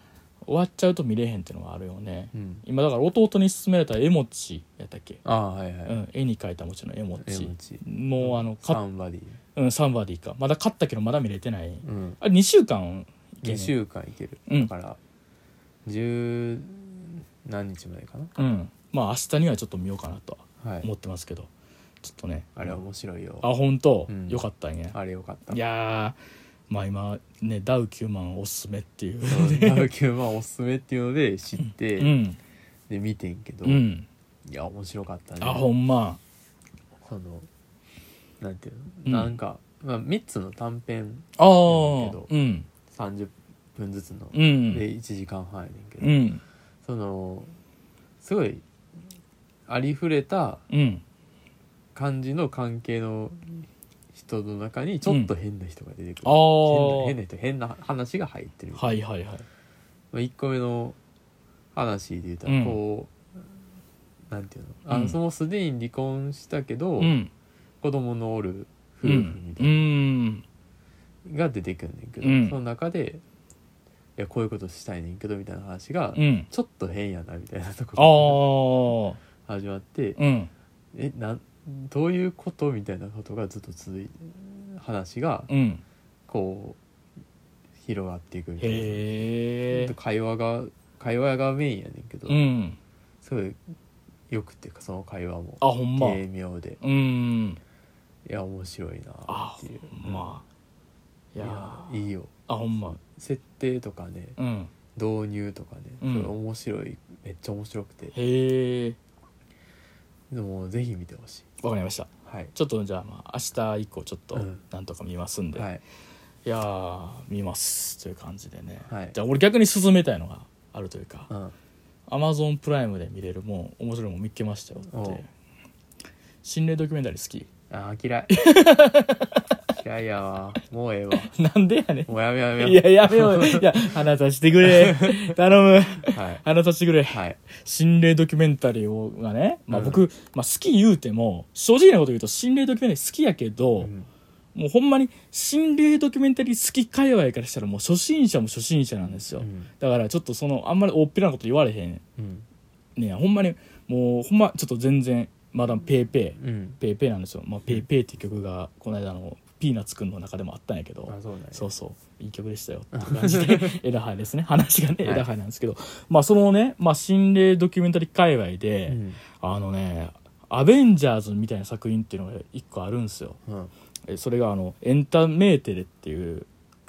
S1: 終わっちゃうと見れへんっていうのがあるよね、
S2: うん
S1: 今だから弟に勧められた絵餅やったっけ、
S2: ああはいは
S1: う
S2: い
S1: ん、絵に描いた餅の絵餅
S2: 絵餅
S1: もうあの買っ
S2: サンバディ
S1: うん、サンバディか。まだ勝ったけど、まだ見れてない。
S2: うん
S1: あれ、2週間いけんね
S2: 2週間いける
S1: うん
S2: だから十何日までかな
S1: うん。まあ、明日にはちょっと見ようかなとは
S2: はい
S1: 思ってますけど、ちょっとね。
S2: あれ面白いよ
S1: あ、本当、
S2: うん
S1: よかったね。
S2: あれよかった
S1: いやー、まあ今、ね、ダウ9万おすすめっていう。
S2: ダウキューマンおすすめっていうので知って、
S1: うん。
S2: で見てんけど、
S1: う
S2: い
S1: ん。
S2: や面白かったね
S1: あ、ほんま。
S2: そのなんていうの、
S1: うん
S2: なんか、まあ、3つの短編
S1: あ
S2: なんだけ
S1: ー
S2: ど。
S1: うん。
S2: 30分ずつの、
S1: う
S2: で
S1: ん。
S2: 1時間半やねんけど、
S1: うん。
S2: そのすごいありふれた
S1: うん。
S2: 感じの関係の人の中にちょっと変な人が出てくる、
S1: あー
S2: 変な変な人変な話が入ってるみたいな
S1: はいはいはい。
S2: まあ、1個目の話で言うた
S1: うん
S2: らこう、なんていうのあの、
S1: うん
S2: そのすでに離婚したけど、
S1: うん。
S2: 子供のおる夫
S1: う
S2: 婦
S1: ん
S2: み。た
S1: う
S2: い
S1: ん。
S2: な、が出てくるんねんけど、
S1: うん
S2: その中でいやこういうことしたいねんけどみたいな話が、
S1: うん。
S2: ちょっと変やなみたいなと
S1: あ
S2: こ
S1: ー。
S2: が始まって、
S1: うん。
S2: えなんどういうことみたいなことがずっと続い話が
S1: うん。
S2: こう広がっていくみたいな、
S1: へー
S2: ほんと。会話が会話がメインやねんけど、
S1: うん。
S2: すごいよくっていうかその会話も
S1: あ、ほんま。
S2: 軽妙で
S1: うん。
S2: いや面白いな
S1: あ
S2: っていう
S1: ほんまい
S2: うん
S1: や
S2: いやいいよ
S1: あほんま
S2: 設定とかね
S1: うん
S2: 導入とかね、
S1: うん
S2: それ面白いめっちゃ面白くて
S1: へえ
S2: でもぜひ見てほしい
S1: わかりました
S2: はい
S1: ちょっとじゃあまあ明日以降ちょっと
S2: うん
S1: なんとか見ますんで、、
S2: はいい
S1: やー見ますという感じでね、
S2: はい
S1: じゃあ俺逆に進めたいのがあるというか
S2: うん
S1: アマゾンプライムで見れるもん面白いもん見っけましたよっ
S2: お
S1: て
S2: う
S1: 心霊ドキュメンタリー好
S2: あー嫌い嫌いやわもうええわ
S1: き なんでやね
S2: もうやめやめ
S1: ん
S2: よう
S1: いややめよういや話させてくれ頼む
S2: はい
S1: 話させてくれ
S2: はい
S1: 心霊ドキュメンタリーをがね、まあ、
S2: うん
S1: 僕、まあ、好き言うても正直なこと言うと心霊ドキュメンタリー好きやけど、
S2: うん
S1: もうほんまに心霊ドキュメンタリー好き界隈からしたらもう初心者も初心者なんですよ、
S2: うん
S1: だからちょっとそのあんまり大っぴらなこと言われへん
S2: うん
S1: ねんほんまにもうほんまちょっと全然まだペーペー
S2: うん
S1: ペーペーなんですよ「まあ、ペーペー」っていう曲がこの間のピーナッツくんの中でもあったんやけど、
S2: あそうなんや
S1: そうそういい曲でしたよっていう感じでエラハイです ね話がね
S2: はい
S1: エラハイなんですけど、まあそのね、まあ、心霊ドキュメンタリー界隈で、
S2: うん
S1: あのね「アベンジャーズ」みたいな作品っていうのが一個あるんですよ
S2: うん
S1: えそれがあのエンタメーテレっていう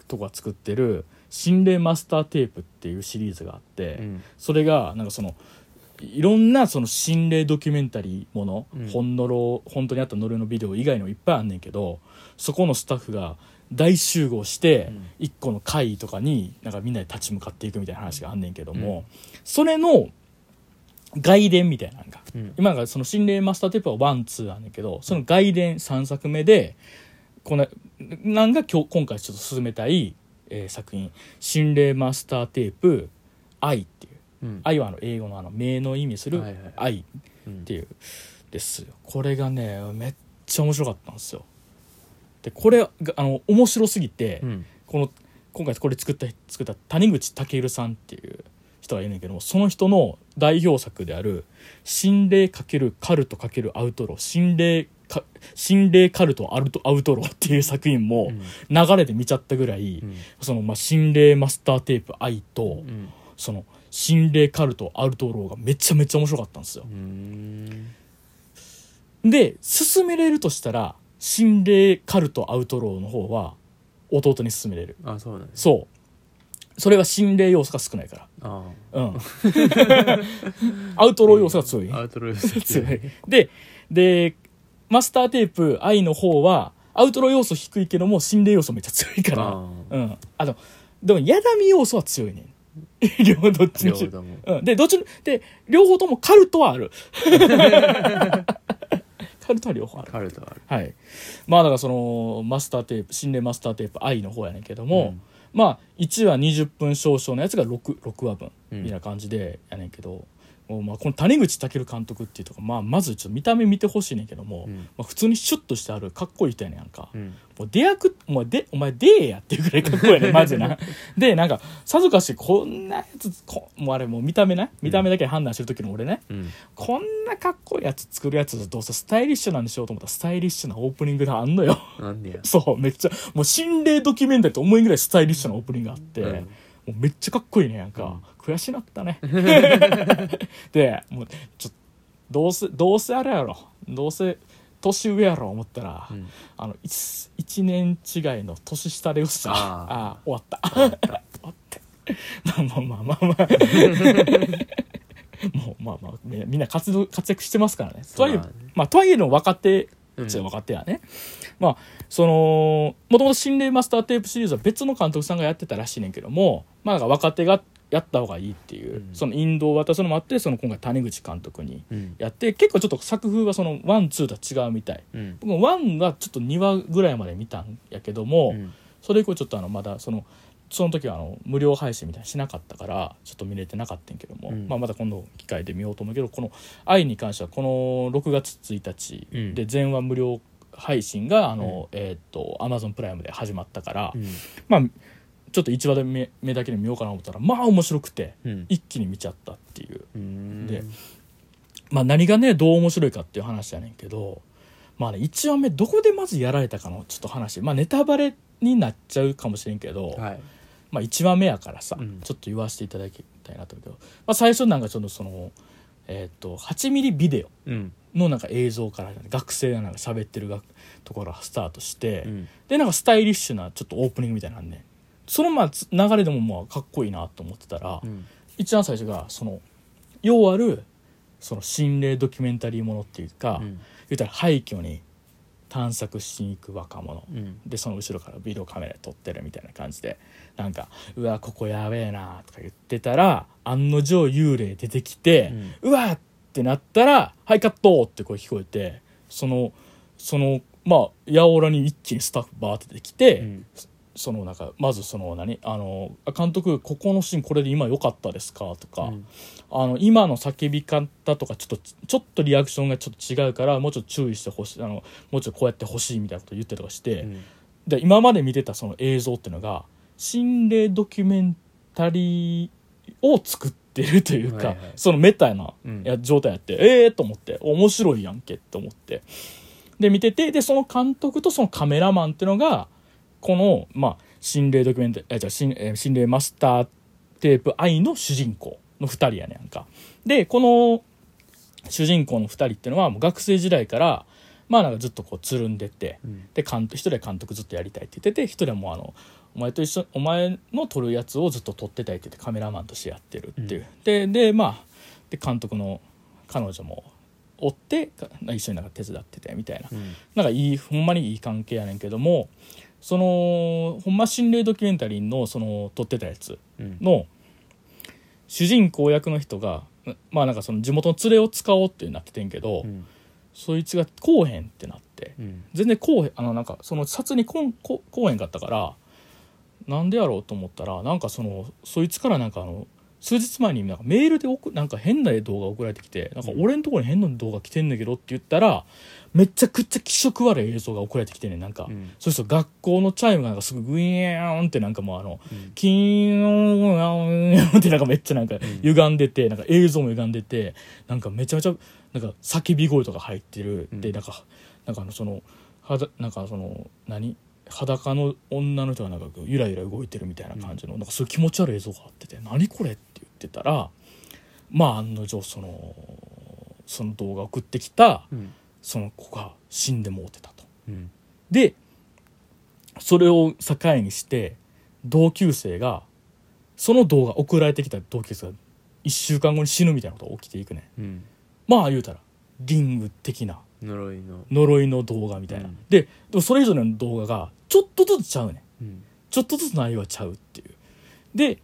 S1: とこが作ってる「心霊マスターテープ」っていうシリーズがあって、
S2: うん
S1: それがなんかそのいろんなその心霊ドキュメンタリーもの、
S2: うん
S1: ほんのろ本当にあった呪いのビデオ以外にもいっぱいあんねんけどそこのスタッフが大集合して
S2: うん
S1: 一個の会とかになんかみんなで立ち向かっていくみたいな話があんねんけども、それの外伝みたいなのが
S2: うん
S1: 今がその心霊マスターテープはワンツーなんだけどその外伝3作目でこのなんが今日今回ちょっと進めたい、えー作品「心霊マスターテープ愛」っていう
S2: うん
S1: 愛はあの英語のあの名の意味する
S2: はいはい
S1: 愛
S2: うん
S1: っていうですよこれがねめっちゃ面白かったんですよでこれがあの面白すぎて、
S2: うん
S1: この今回これ作った作った谷口武さんっていう人がいるんだけどもその人の代表作である「心霊×カルト×アウトロー」心霊か「心霊カルトアルトアウトロー」っていう作品も
S2: うん
S1: 流れで見ちゃったぐらい、
S2: うん
S1: そのまあ心霊マスターテープ愛と、
S2: うん
S1: その心霊カルトアウトローがめちゃめちゃ面白かったんですよ
S2: う。ん
S1: で進めれるとしたら心霊カルトアウトローの方は弟に進めれる。
S2: あそうなんです
S1: そう。それは心霊要素が少ないか
S2: あ
S1: ら。 うん。アウトロー要素が強い
S2: あ。アウトロース
S1: 強い。で、で、マスターテープ愛の方は、アウトロー要素低いけども、心霊要素めっちゃ強いか
S2: あ
S1: ら。うん。あの、でも、やだみ要素は強いねん。 両方どっち
S2: 両
S1: にし
S2: 方
S1: ろ。
S2: とも
S1: うん。で、どっちにで、両方ともカルトはあ る。カルトは両方ある。
S2: カルトある
S1: はい、まあだからそのマスターテープ心霊マスターテープ愛の方やねんけども、まあ1話20分少々のやつが 6, 6話分みたいな感じでやねんけど、もうまあこの谷口健監督っていうとこまあ、まずちょっと見た目見てほしいねんけども、
S2: うん
S1: まあ、普通にシュッとしてあるかっこいい人やねんやんか、
S2: うん
S1: もう出役お前でお前出えやっていうぐらいかっこいいねマジなでなんかさぞかしこんなやつこもうあれもう見た目ね見た目だけで判断してる時の俺ね、
S2: うん
S1: こんなかっこいいやつ作るやつどうせスタイリッシュなんでしょうと思ったらスタイリッシュなオープニングがあんのよ
S2: なんでや
S1: そうめっちゃもう心霊ドキュメンタリーと思いぐらいスタイリッシュなオープニングがあって、
S2: うん
S1: もうめっちゃかっこいいねなんか、悔しなったね でもうちょどうせどうせあれやろどうせ年上やろ思ったら、
S2: うん
S1: あの 1, 年違いの年下でよっしゃああー
S2: あー
S1: 終わった 終わったまあまあまあ まあまあもうまあまあみみんな活動活躍してますからねと
S2: そ
S1: は
S2: う
S1: い
S2: だ
S1: え、
S2: ね
S1: まあとはいえの若手
S2: うん
S1: ちょ若手やね、まあそのもともと心霊マスターテープシリーズは別の監督さんがやってたらしいねんけどもまあなんか若手がやった方がいいっていう、
S2: うん
S1: その引導を渡すのもあってその今回谷口監督に
S2: うん
S1: やって結構ちょっと作風はそのワンツーとは違うみたい
S2: うん
S1: 僕も1はちょっと2話ぐらいまで見たんやけども、
S2: うん
S1: それ以降ちょっとあのまだそのその時はあの無料配信みたいなのしなかったからちょっと見れてなかったんやけども、
S2: うん
S1: まあ、まだ今度機会で見ようと思うけどこの「愛」に関してはこの6月1日
S2: うん
S1: で全話無料配信があの、えーっと Amazon プライムで始まったから、
S2: うん
S1: まあちょっと1話で目目だけで見ようかなと思ったらまあ面白くて
S2: うん
S1: 一気に見ちゃったっていう
S2: うん
S1: でまあ、何がねどう面白いかっていう話やねんけど、まあね、1話目どこでまずやられたかのちょっと話、まあ、ネタバレになっちゃうかもしれんけど、
S2: はい
S1: まあ、1話目やからさ、
S2: うん
S1: ちょっと言わせていただきたいなと思うけど、まあ、最初なんかちょっとその、えーっと8ミリビデ
S2: うん
S1: オのなんか映像から学生がなんか喋ってるがところがスタートして、
S2: うん
S1: でなんかスタイリッシュなちょっとオープニングみたいなんねそのまあつ流れでもまあかっこいいなと思ってたら、
S2: うん
S1: 一番最初がその要あるその心霊ドキュメンタリーものっていうか、
S2: うん
S1: 言うたら廃墟に探索しに行く若者、
S2: うん
S1: でその後ろからビデオカメラで撮ってるみたいな感じでなんか「うわここやべえな」とか言ってたら案の定幽霊出てきて「うわ!」ってなったら「はいカット!」って声聞こえてそのそのまあやおらに一気にスタッフバーって出てきて、
S2: うん
S1: そのなんかまずその何あのあ監督ここのシーンこれで今良かったですかとか、
S2: うん
S1: あの今の叫び方とかちょっとちょっとリアクションがちょっと違うからもうちょっと注意してほしいあのもうちょっとこうやってほしいみたいなこと言ってとかして、
S2: うん
S1: で今まで見てたその映像っていうのが心霊ドキュメンタリーを作ってるというか、
S2: はいはい
S1: そのメタな
S2: うん
S1: や状態やって、ええー、と思って面白いやんけって思ってで見ててでその監督とそのカメラマンっていうのがこの、まあ、心霊ドキュメンタえじゃあ心えー心霊マスターテープ愛の主人公の2人やねやんか。でこの主人公の2人っていうのはもう学生時代からまあなんかずっとこうつるんでって、
S2: うん
S1: で監督一人は監督ずっとやりたいって言ってて一人はもうあのお前と一緒お前の撮るやつをずっと撮ってたいって言ってカメラマンとしてやってるっていう、ででまあで監督の彼女も追ってか一緒になんか手伝っててみたいな
S2: うん
S1: なんかいいほんまにいい関係やねんけどもそのほんま心霊ドキュメンタリーのその撮ってたやつ
S2: うん
S1: の主人公役の人がまあなんかその地元の連れを使おうってなっててんけど、
S2: うん
S1: そいつがこうへんってなって。
S2: うん
S1: 全然こうへあのなんかその視察にこんここうへんかったからなんでやろうと思ったらなんかそのそいつからなんかあの数日前になんかメールで送なんか変な動画送られてきてなんか俺のところに変な動画来てんだけどって言ったらめちゃくちゃ気色悪い映像が送られてきてねなんか、
S2: うん
S1: そうすると学校のチャイムがなんかすぐグイーンってなんかもうあの
S2: うん
S1: キーンってなんかめっちゃなんか歪んでて、なんか映像も歪んでて、なんかめちゃめちゃ、なんか叫び声とか入ってる。
S2: うん
S1: で、なんか、なんかあの、その、はだなんかその、何裸の女の人がなんかこうゆらゆら動いてるみたいな感じの、なんかそういう気持ち悪い映像があってて、何これって言ってたら、まあ案の定その、その動画送ってきた、
S2: うん
S1: その子が死んでもうてたと。
S2: うん
S1: でそれを境にして同級生がその動画送られてきた同級生が1週間後に死ぬみたいなことが起きていくね
S2: うん
S1: まあ言うたらリング的な
S2: 呪いの
S1: 呪いの動画みたいな、
S2: うん
S1: ででもそれ以上の動画がちょっとずつちゃうねん
S2: うん
S1: ちょっとずつ内容はちゃうっていうで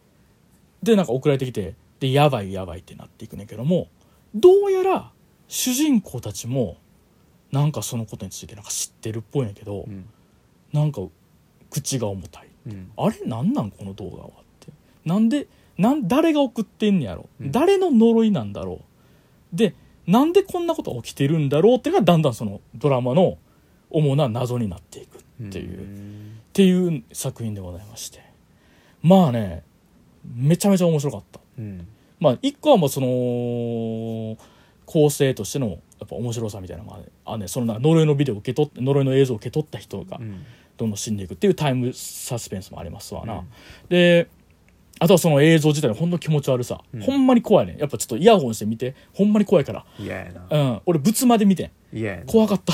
S1: でなんか送られてきてでやばいやばいってなっていくねんけどもどうやら主人公たちもなんかそのことについてなんか知ってるっぽいんやけど、
S2: うん
S1: なんか口が重たい
S2: うん
S1: あれなんなんこの動画はってなんでなん誰が送ってんねやろ、
S2: うん
S1: 誰の呪いなんだろうでなんでこんなことが起きてるんだろうっていうのがだんだんそのドラマの主な謎になっていくっっていう
S2: うん
S1: ていう作品でございましてまあねめちゃめちゃ面白かった
S2: うん
S1: まあ一個はもうその構成としてのやっぱ面白さみたいなのがあんねんそのな呪いのビデオを受け取って呪いの映像を受け取った人が
S2: うん
S1: どんどん死んでいくっていうタイムサスペンスもありますわな、
S2: うん
S1: であとはその映像自体のほんの気持ち悪さ、
S2: うん
S1: ほんまに怖いねやっぱちょっとイヤホンして見てほんまに怖いから、
S2: 嫌やな
S1: うん、俺仏間で見てん
S2: 嫌やな
S1: 怖か った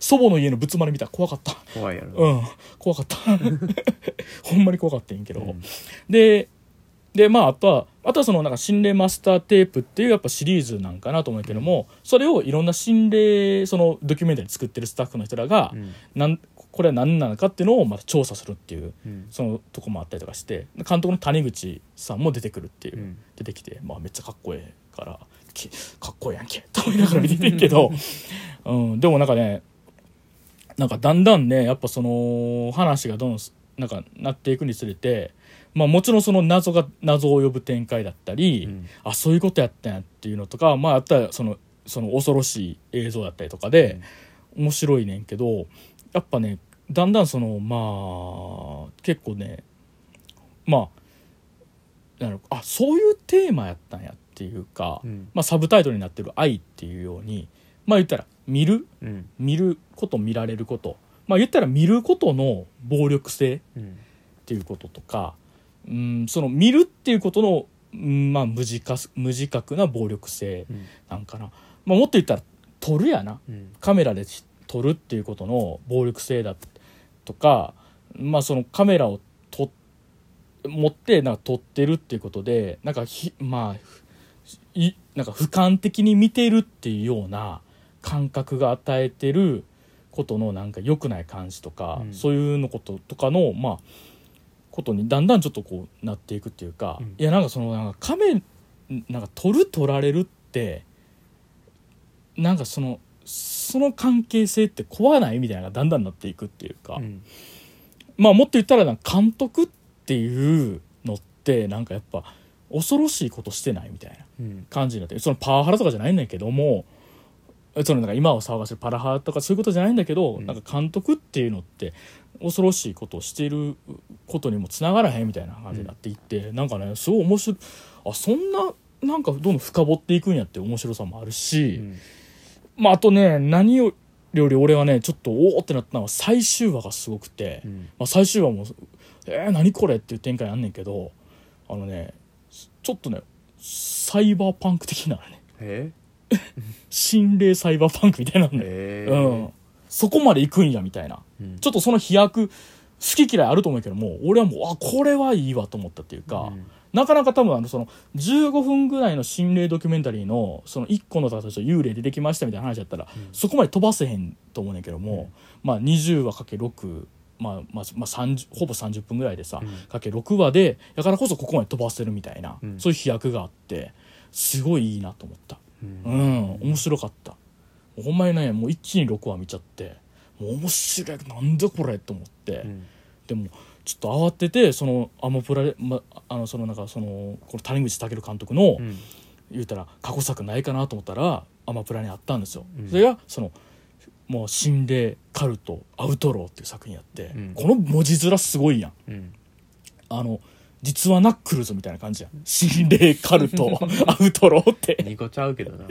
S1: 祖母の家の仏間で見たら怖かった
S2: 怖いやろな
S1: うん怖かった ほんまに怖かったんやけど、
S2: うん
S1: ででまああとはあとはそのなんか心霊マスターテープっていうやっぱシリーズなんかなと思うけども、それをいろんな心霊そのドキュメンタリー作ってるスタッフの人らが、
S2: うん
S1: なんこれは何なのかっていうのをまた調査するっていう
S2: うん
S1: そのとこもあったりとかして監督の谷口さんも出てくるっていう、
S2: うん
S1: 出てきて、まあ、めっちゃかっこええからきかっこええやんけと思いながら見ててんけど、 うん、でもなんかねなんかだんだんねやっぱその話がどんどんなんかなっていくにつれて、まあ、もちろんその謎が謎を呼ぶ展開だったり、
S2: うん
S1: あそういうことやったんやっていうのとか、まあ、あったらそのその恐ろしい映像だったりとかで。面白いねんけどやっぱねだんだんそのまあ結構ねまあなるあそういうテーマやったんやっていうか、
S2: うん
S1: まあ、サブタイトルになってる「愛」っていうようにまあ言ったら見る
S2: うん
S1: 見ること見られることまあ言ったら見ることの暴力性
S2: うん
S1: っていうこととか、うん、その見るっていうことの、うんまあ、無自覚無自覚な暴力性
S2: うん
S1: なんかな、まあ、もっと言ったら撮るやな
S2: うん
S1: カメラで撮るっていうことの暴力性だとか、まあ、そのカメラを撮っ持ってなんか撮ってるっていうことでなんかひまあふいなんか俯瞰的に見てるっていうような感覚が与えてることのなんか良くない感じとか、
S2: うん
S1: そういうのこととかのまあことにだんだんちょっとこうなっていくっていうか、
S2: うん
S1: いやなんかそのなんかカメなんか撮る撮られるってなんかそのその関係性って怖ないみたいなのがだんだんなっていくっていうか、
S2: うん
S1: まあもっと言ったらなんか監督っていうのってなんかやっぱ恐ろしいことしてないみたいな
S2: うん
S1: 感じになってるそのパワハラとかじゃないんだけどもそのなんか今を騒がせるパラハラとかそういうことじゃないんだけど、
S2: うん
S1: なんか監督っていうのって恐ろしいことをしていることにもつながらへんみたいな感じになっていって、なんかねすごい面白いあそんななんかどんどん深掘っていくんやって面白さもあるし、
S2: うん
S1: まああとね何より俺はねちょっとおおってなったのは最終話がすごくて、
S2: うん
S1: まあ、最終話も「えー、何これ?」っていう展開あんねんけどあのねちょっとねサイバーパンク的なね
S2: え
S1: 心霊サイバーパンクみたいなのね、
S2: え
S1: うん、そこまで行くんやみたいな
S2: うん
S1: ちょっとその飛躍好き嫌いあると思うけども俺はもうあこれはいいわと思ったっていうか、
S2: うん
S1: なかなか多分あのその15分ぐらいの心霊ドキュメンタリーのその1個の例えば幽霊出てきましたみたいな話だったら、そこまで飛ばせへんと思うねんけども、まあ20話かけ6まあまあまあ、30ほぼ30分ぐらいでさ、
S2: うん
S1: かけ6話でだからこそここまで飛ばせるみたいな、
S2: うん
S1: そういう飛躍があってすごいいいなと思った
S2: うん
S1: うん、面白かったほんまにねもう一気に6話見ちゃってもう面白いなんでこれと思って、
S2: うん
S1: でもちょっと慌ててそのアマプラで、ま、あのそのなんかそのこの谷口武監督の、
S2: うん
S1: 言うたら過去作ないかなと思ったらアマプラにあったんですよ、
S2: うん
S1: それがそのもう心霊カルトアウトローっていう作品やって、
S2: うん
S1: この文字面すごいやん
S2: うん
S1: あの実はナックルズみたいな感じやん心霊カルトアウトローって
S2: 2個ちゃうけどな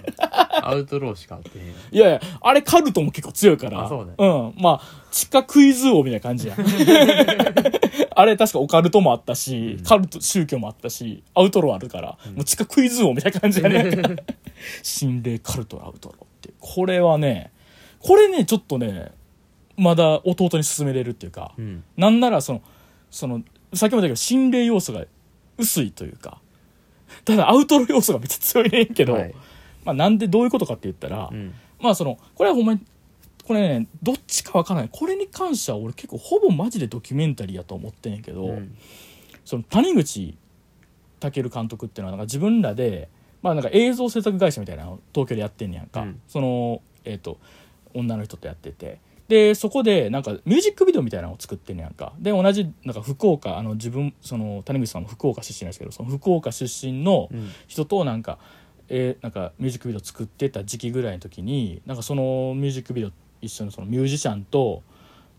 S2: アウトローしか合ってへん
S1: いやいやあれカルトも結構強いから
S2: あそうね
S1: んまあ地下クイズ王みたいな感じ やんあれ確かオカルトもあったし、
S2: うん
S1: カルト宗教もあったしアウトローあるから、もう地下クイズ王みたいな感じやね 心霊カルトアウトローってこれはねこれねちょっとねまだ弟に勧めれるっていうか、
S2: うん
S1: なんならそのそのさっきも言ったけど心霊要素が薄いというかただアウトロー要素がめっちゃ強いねんけど、
S2: はい
S1: まあ、なんでどういうことかって言ったら、
S2: うん
S1: まあそのこれはほんまにこれねどっちかわからないこれに関しては俺結構ほぼマジでドキュメンタリーやと思ってんやけど、
S2: うん
S1: その谷口健監督っていうのはなんか自分らで、まあ、なんか映像制作会社みたいなのを東京でやってんねやんか、
S2: うん
S1: その、えっと女の人とやってて。でそこでなんかミュージックビデオみたいなのを作ってんねやんかで同じなんか福岡あの自分その谷口さんも福岡出身なんですけどその福岡出身の
S2: うん
S1: 人となんか,、えーなんかミュージックビデオ作ってた時期ぐらいの時になんかそのミュージックビデオ一緒にそのミュージシャンと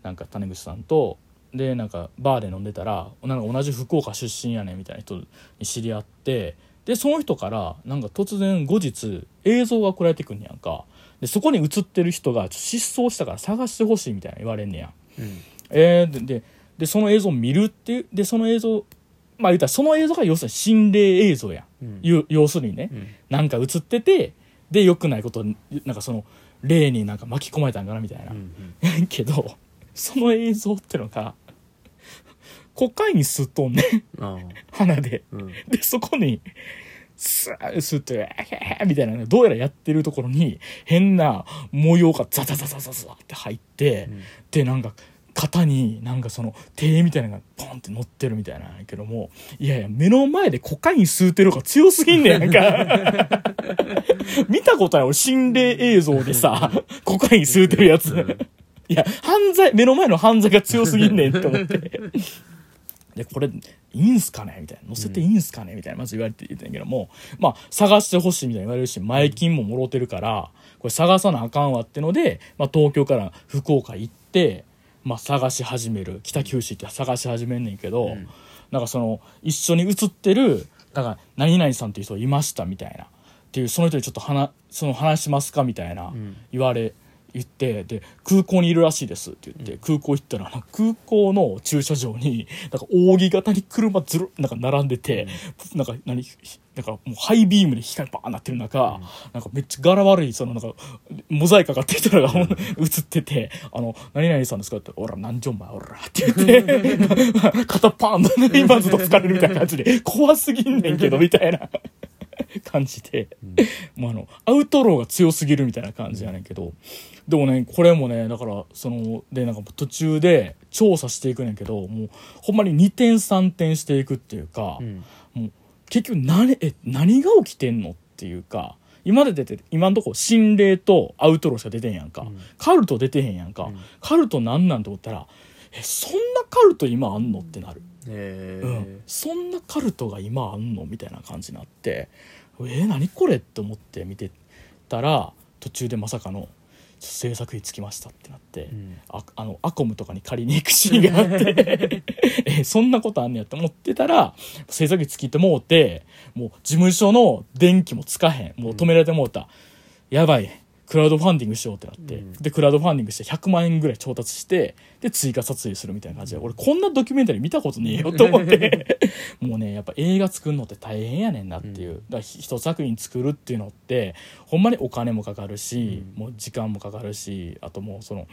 S1: なんか種口さんとでなんかバーで飲んでたらなんか同じ福岡出身やねみたいな人に知り合ってでその人からなんか突然後日映像が送られてくんねやんかでそこに映ってる人が失踪したから探してほしいみたいな言われんねやん。
S2: うん
S1: えー、でででその映像を見るっていうでその映像まあ言ったらその映像が要するに心霊映像やん
S2: うん
S1: いう要するにね、
S2: うん
S1: なんか映っててで良くないことになんかその霊になんか巻き込まれたんかなみたいな、
S2: うん
S1: けどその映像ってのがコカイン吸っとんねん
S2: うんああ
S1: 鼻で
S2: うん
S1: でそこにスー吸って「えーみたいなねどうやらやってるところに変な模様がザザザザザザって入って、
S2: うん
S1: でなんか肩になんかその手みたいなのがポンって乗ってるみたいなんやけどもいやいや目の前でコカイン吸うてる方が強すぎんねやんか見たことない俺心霊映像でさコカイン吸うてるやついや犯罪目の前の犯罪が強すぎんねんって思ってでこれいいんすかねみたいな載せていいんすかねみたいなまず言われて言ってんけどもまあ探してほしいみたいに言われるし前金ももろてるからこれ探さなあかんわってので、まあ、東京から福岡行って、まあ、探し始める北九州行って探し始めんねんけど、
S2: ん
S1: なんかその一緒に写ってるなんか何々さんっていう人いましたみたいなっていうその人にちょっと話その話しますかみたいな
S2: うん
S1: 言われ、言ってで空港にいるらしいですって言って、空港行ったらなんか空港の駐車場になんか扇形に車ずるなんか並んでて、なんか何なんかもうハイビームで光バーンなってる中、なんかめっちゃ柄悪いそのなんかモザイクかかってる人らが 映ってて「あの何々さんですか?」って「おら何じゃお前おら」って言って肩パーンと今ずっと疲れるみたいな感じ で怖すぎんねんけどみたいな感じで。もうあのアウトローが強すぎるみたいな感じやねんけど、でもねこれもねだからそのでなんかもう途中で調査していくねんけどもうほんまに2点3点していくっていうか、
S2: うん
S1: もう結局何え何が起きてんのっていうか今まで出て今んとこ心霊とアウトローしか出てんやんか、
S2: ん
S1: カルト出てへんやんか、
S2: ん
S1: カルトなんなんて思ったらえそんなカルト今あんのってなる、
S2: え
S1: うん、そんなカルトが今あんのみたいな感じになってえー、何これって思って見てたら途中でまさかの制作費つきましたってなって、
S2: うん
S1: ああのアコムとかに借りに行くシーンがあって えそんなことあんねやと思ってたら制作費つきてもうてもう事務所の電気もつかへんもう止められてもうた、やばいクラウドファンディングしようってなって、
S2: うん
S1: でクラウドファンディングして100万円ぐらい調達してで追加撮影するみたいな感じで、俺こんなドキュメンタリー見たことねえよと思って もうねやっぱ映画作るのって大変やねんなっていう、
S2: うん
S1: だからひ一作品作るっていうのってほんまにお金もかかるし、
S2: うん
S1: もう時間もかかるしあともうその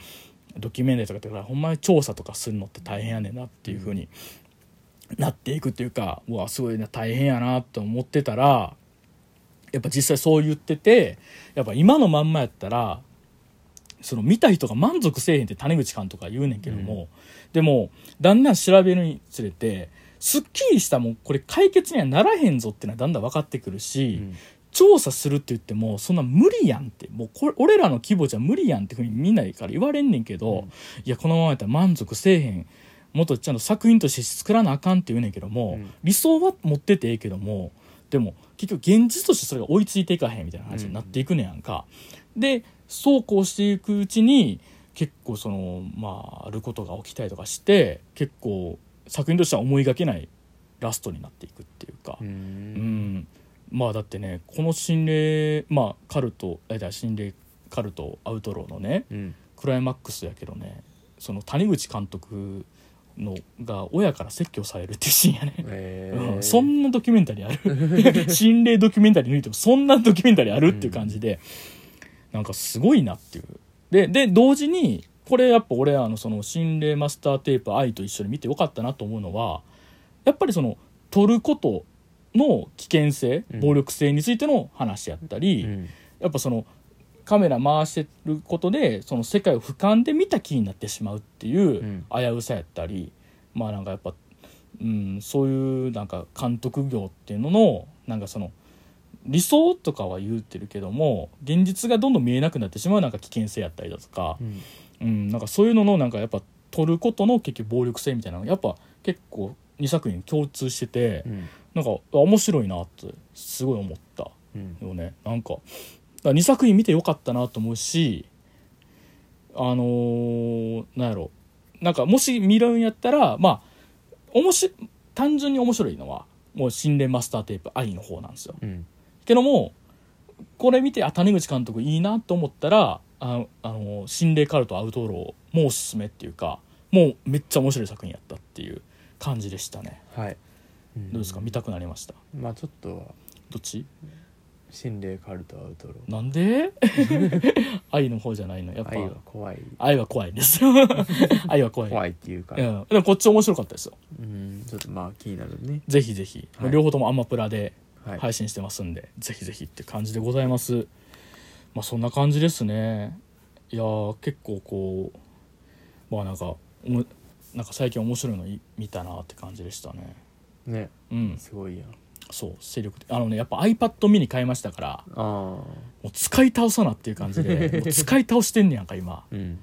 S1: ドキュメンタリーとかってほんまに調査とかするのって大変やねんなっていうふうになっていくっていうかうわすごいな大変やなと思ってたらやっぱ実際そう言っててやっぱ今のまんまやったらその見た人が満足せえへんって谷口監督は言うねんけども、
S2: う
S1: でもだんだん調べるにつれてすっきりしたもんこれ解決にはならへんぞってのはだんだん分かってくるし。
S2: うん
S1: 調査するって言ってもそんな無理やんってもうこれ俺らの規模じゃ無理やんってふうにみんなから言われんねんけど、
S2: うん
S1: いやこのままやったら満足せえへんもっとちゃんと作品として作らなあかんって言うねんけども、
S2: うん
S1: 理想は持っててええけどもでも結局現実としてそれが追いついていかへんみたいな話になっていくねやんか。でそうこうしていくうちに結構そのまああることが起きたりとかして結構作品としては思いがけないラストになっていくっていうか。
S2: う
S1: うんん、まあだってねこの心霊まあカルトえだ心霊カルトアウトローのね
S2: うん
S1: クライマックスやけどねその谷口監督のが親から説教されるっていうシーンやね、
S2: え
S1: う
S2: ー
S1: ん、そんなドキュメンタリーある 心霊ドキュメンタリー抜いてもそんなドキュメンタリーあるっていう感じで、なんかすごいなっていうでで同時にこれやっぱ俺あのその心霊マスターテープ愛と一緒に見てよかったなと思うのはやっぱりその撮ることの危険性
S2: うん
S1: 暴力性についての話やったり、
S2: うん
S1: やっぱそのカメラ回してることでその世界を俯瞰で見た気になってしまうっていう
S2: うん
S1: 危うさやったり、まあなんかやっぱ、うん、そういうなんか監督業っていうののなんかその理想とかは言ってるけども現実がどんどん見えなくなってしまうなんか危険性やったりだとか、
S2: うん
S1: うん、なんかそういうののなんかやっぱ取ることの結局暴力性みたいなのがやっぱ結構2作品共通してて、
S2: うん
S1: なんかあ面白いなってすごい思った。
S2: うん
S1: よねなんかだ2作品見てよかったなと思うしあのーなんやろなんかもし見るんやったらまあおもし単純に面白いのはもう「心霊マスターテープ愛」の方なんですよ
S2: うん
S1: けどもこれ見てあ谷口監督いいなと思ったらああの心霊カルトアウトローもうおすすめっていうかもうめっちゃ面白い作品やったっていう感じでしたね
S2: はい
S1: どうですか見たくなりました
S2: まあちょっとは
S1: どっち
S2: 心霊カルトアウトロー
S1: なん で愛の方じゃないのやっぱ
S2: 愛は怖い
S1: 愛は怖いん ですよ愛は怖い
S2: 怖いっていうか
S1: うん、でもこっち面白かったですよ
S2: うんちょっとまあ気になるね
S1: ぜひぜひ、
S2: はい
S1: 両方ともアマプラで
S2: はい
S1: 配信してますんで、ぜひぜひって感じでございますまあそんな感じですねいやー結構こうまあなんかおもなんか最近面白いのい見たなって感じでしたね
S2: ね
S1: うん
S2: すごいやん
S1: そう精力的あのねやっぱ iPad ミニ買いましたから
S2: あ
S1: もう使い倒さなっていう感じで もう使い倒してんねやんか今
S2: あうん
S1: も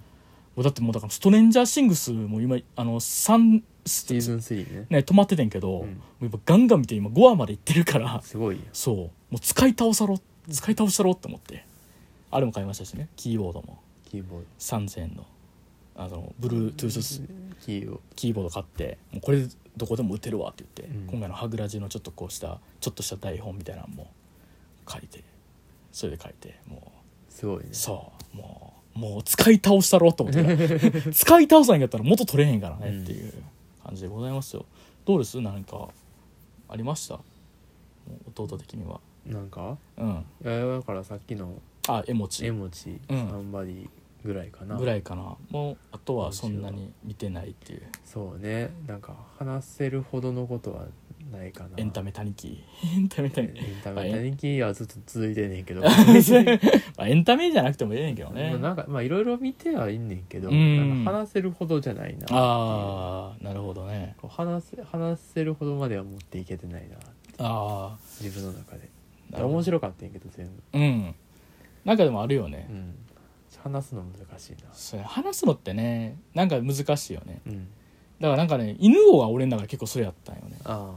S1: うだってもうだからストレンジャーシングスも今あの3
S2: シーズン3ね
S1: ね止まっててんけど、
S2: うん
S1: もう今ガンガン見て今5話までいってるから
S2: すごいやん
S1: そうもう使い倒さろ使い倒したろって思ってあれも買いましたしねキーボードも
S2: キーボー
S1: 3000円のあの Bluetooth
S2: ドキーを
S1: キーボード買ってもうこれどこでも打てるわって言って、
S2: うん
S1: 今回のハグラジのちょっとこうしたちょっとした台本みたいなのも書いてそれで書いてもう
S2: すごいね
S1: そうもうもう使い倒したろと思って た使い倒さんかったら元取れへんからねっていう感じでございますよどうです何かありましたもう弟的には
S2: なんか
S1: うん
S2: いやだからさっきの
S1: あ絵持ち
S2: 絵文字
S1: う
S2: サ
S1: ん
S2: ンバディぐらいかな
S1: ぐらいかなもうあとはそんなに見てないっていう
S2: そうねなんか話せるほどのことはないかな
S1: エンタメ他人 気エンタメ他
S2: エ
S1: 人
S2: ンタ
S1: まあ
S2: メ
S1: エン
S2: 他人気はずっと続いてんねん けど
S1: まあエンタメじゃなくてもええねんけどね
S2: まあなんかまあいろいろ見てはいんねんけど
S1: うん
S2: なんか話せるほどじゃないな
S1: ああなるほどね
S2: こう話せ話せるほどまでは持っていけてないな
S1: あ
S2: 自分の中で
S1: あ
S2: 面白かったんやけど全部
S1: うんなんかでもあるよね、
S2: うん話すの難しいな
S1: それ話すのってねなんか難しいよね
S2: うん
S1: だからなんかね犬王は俺の中で結構それやったんよね
S2: あ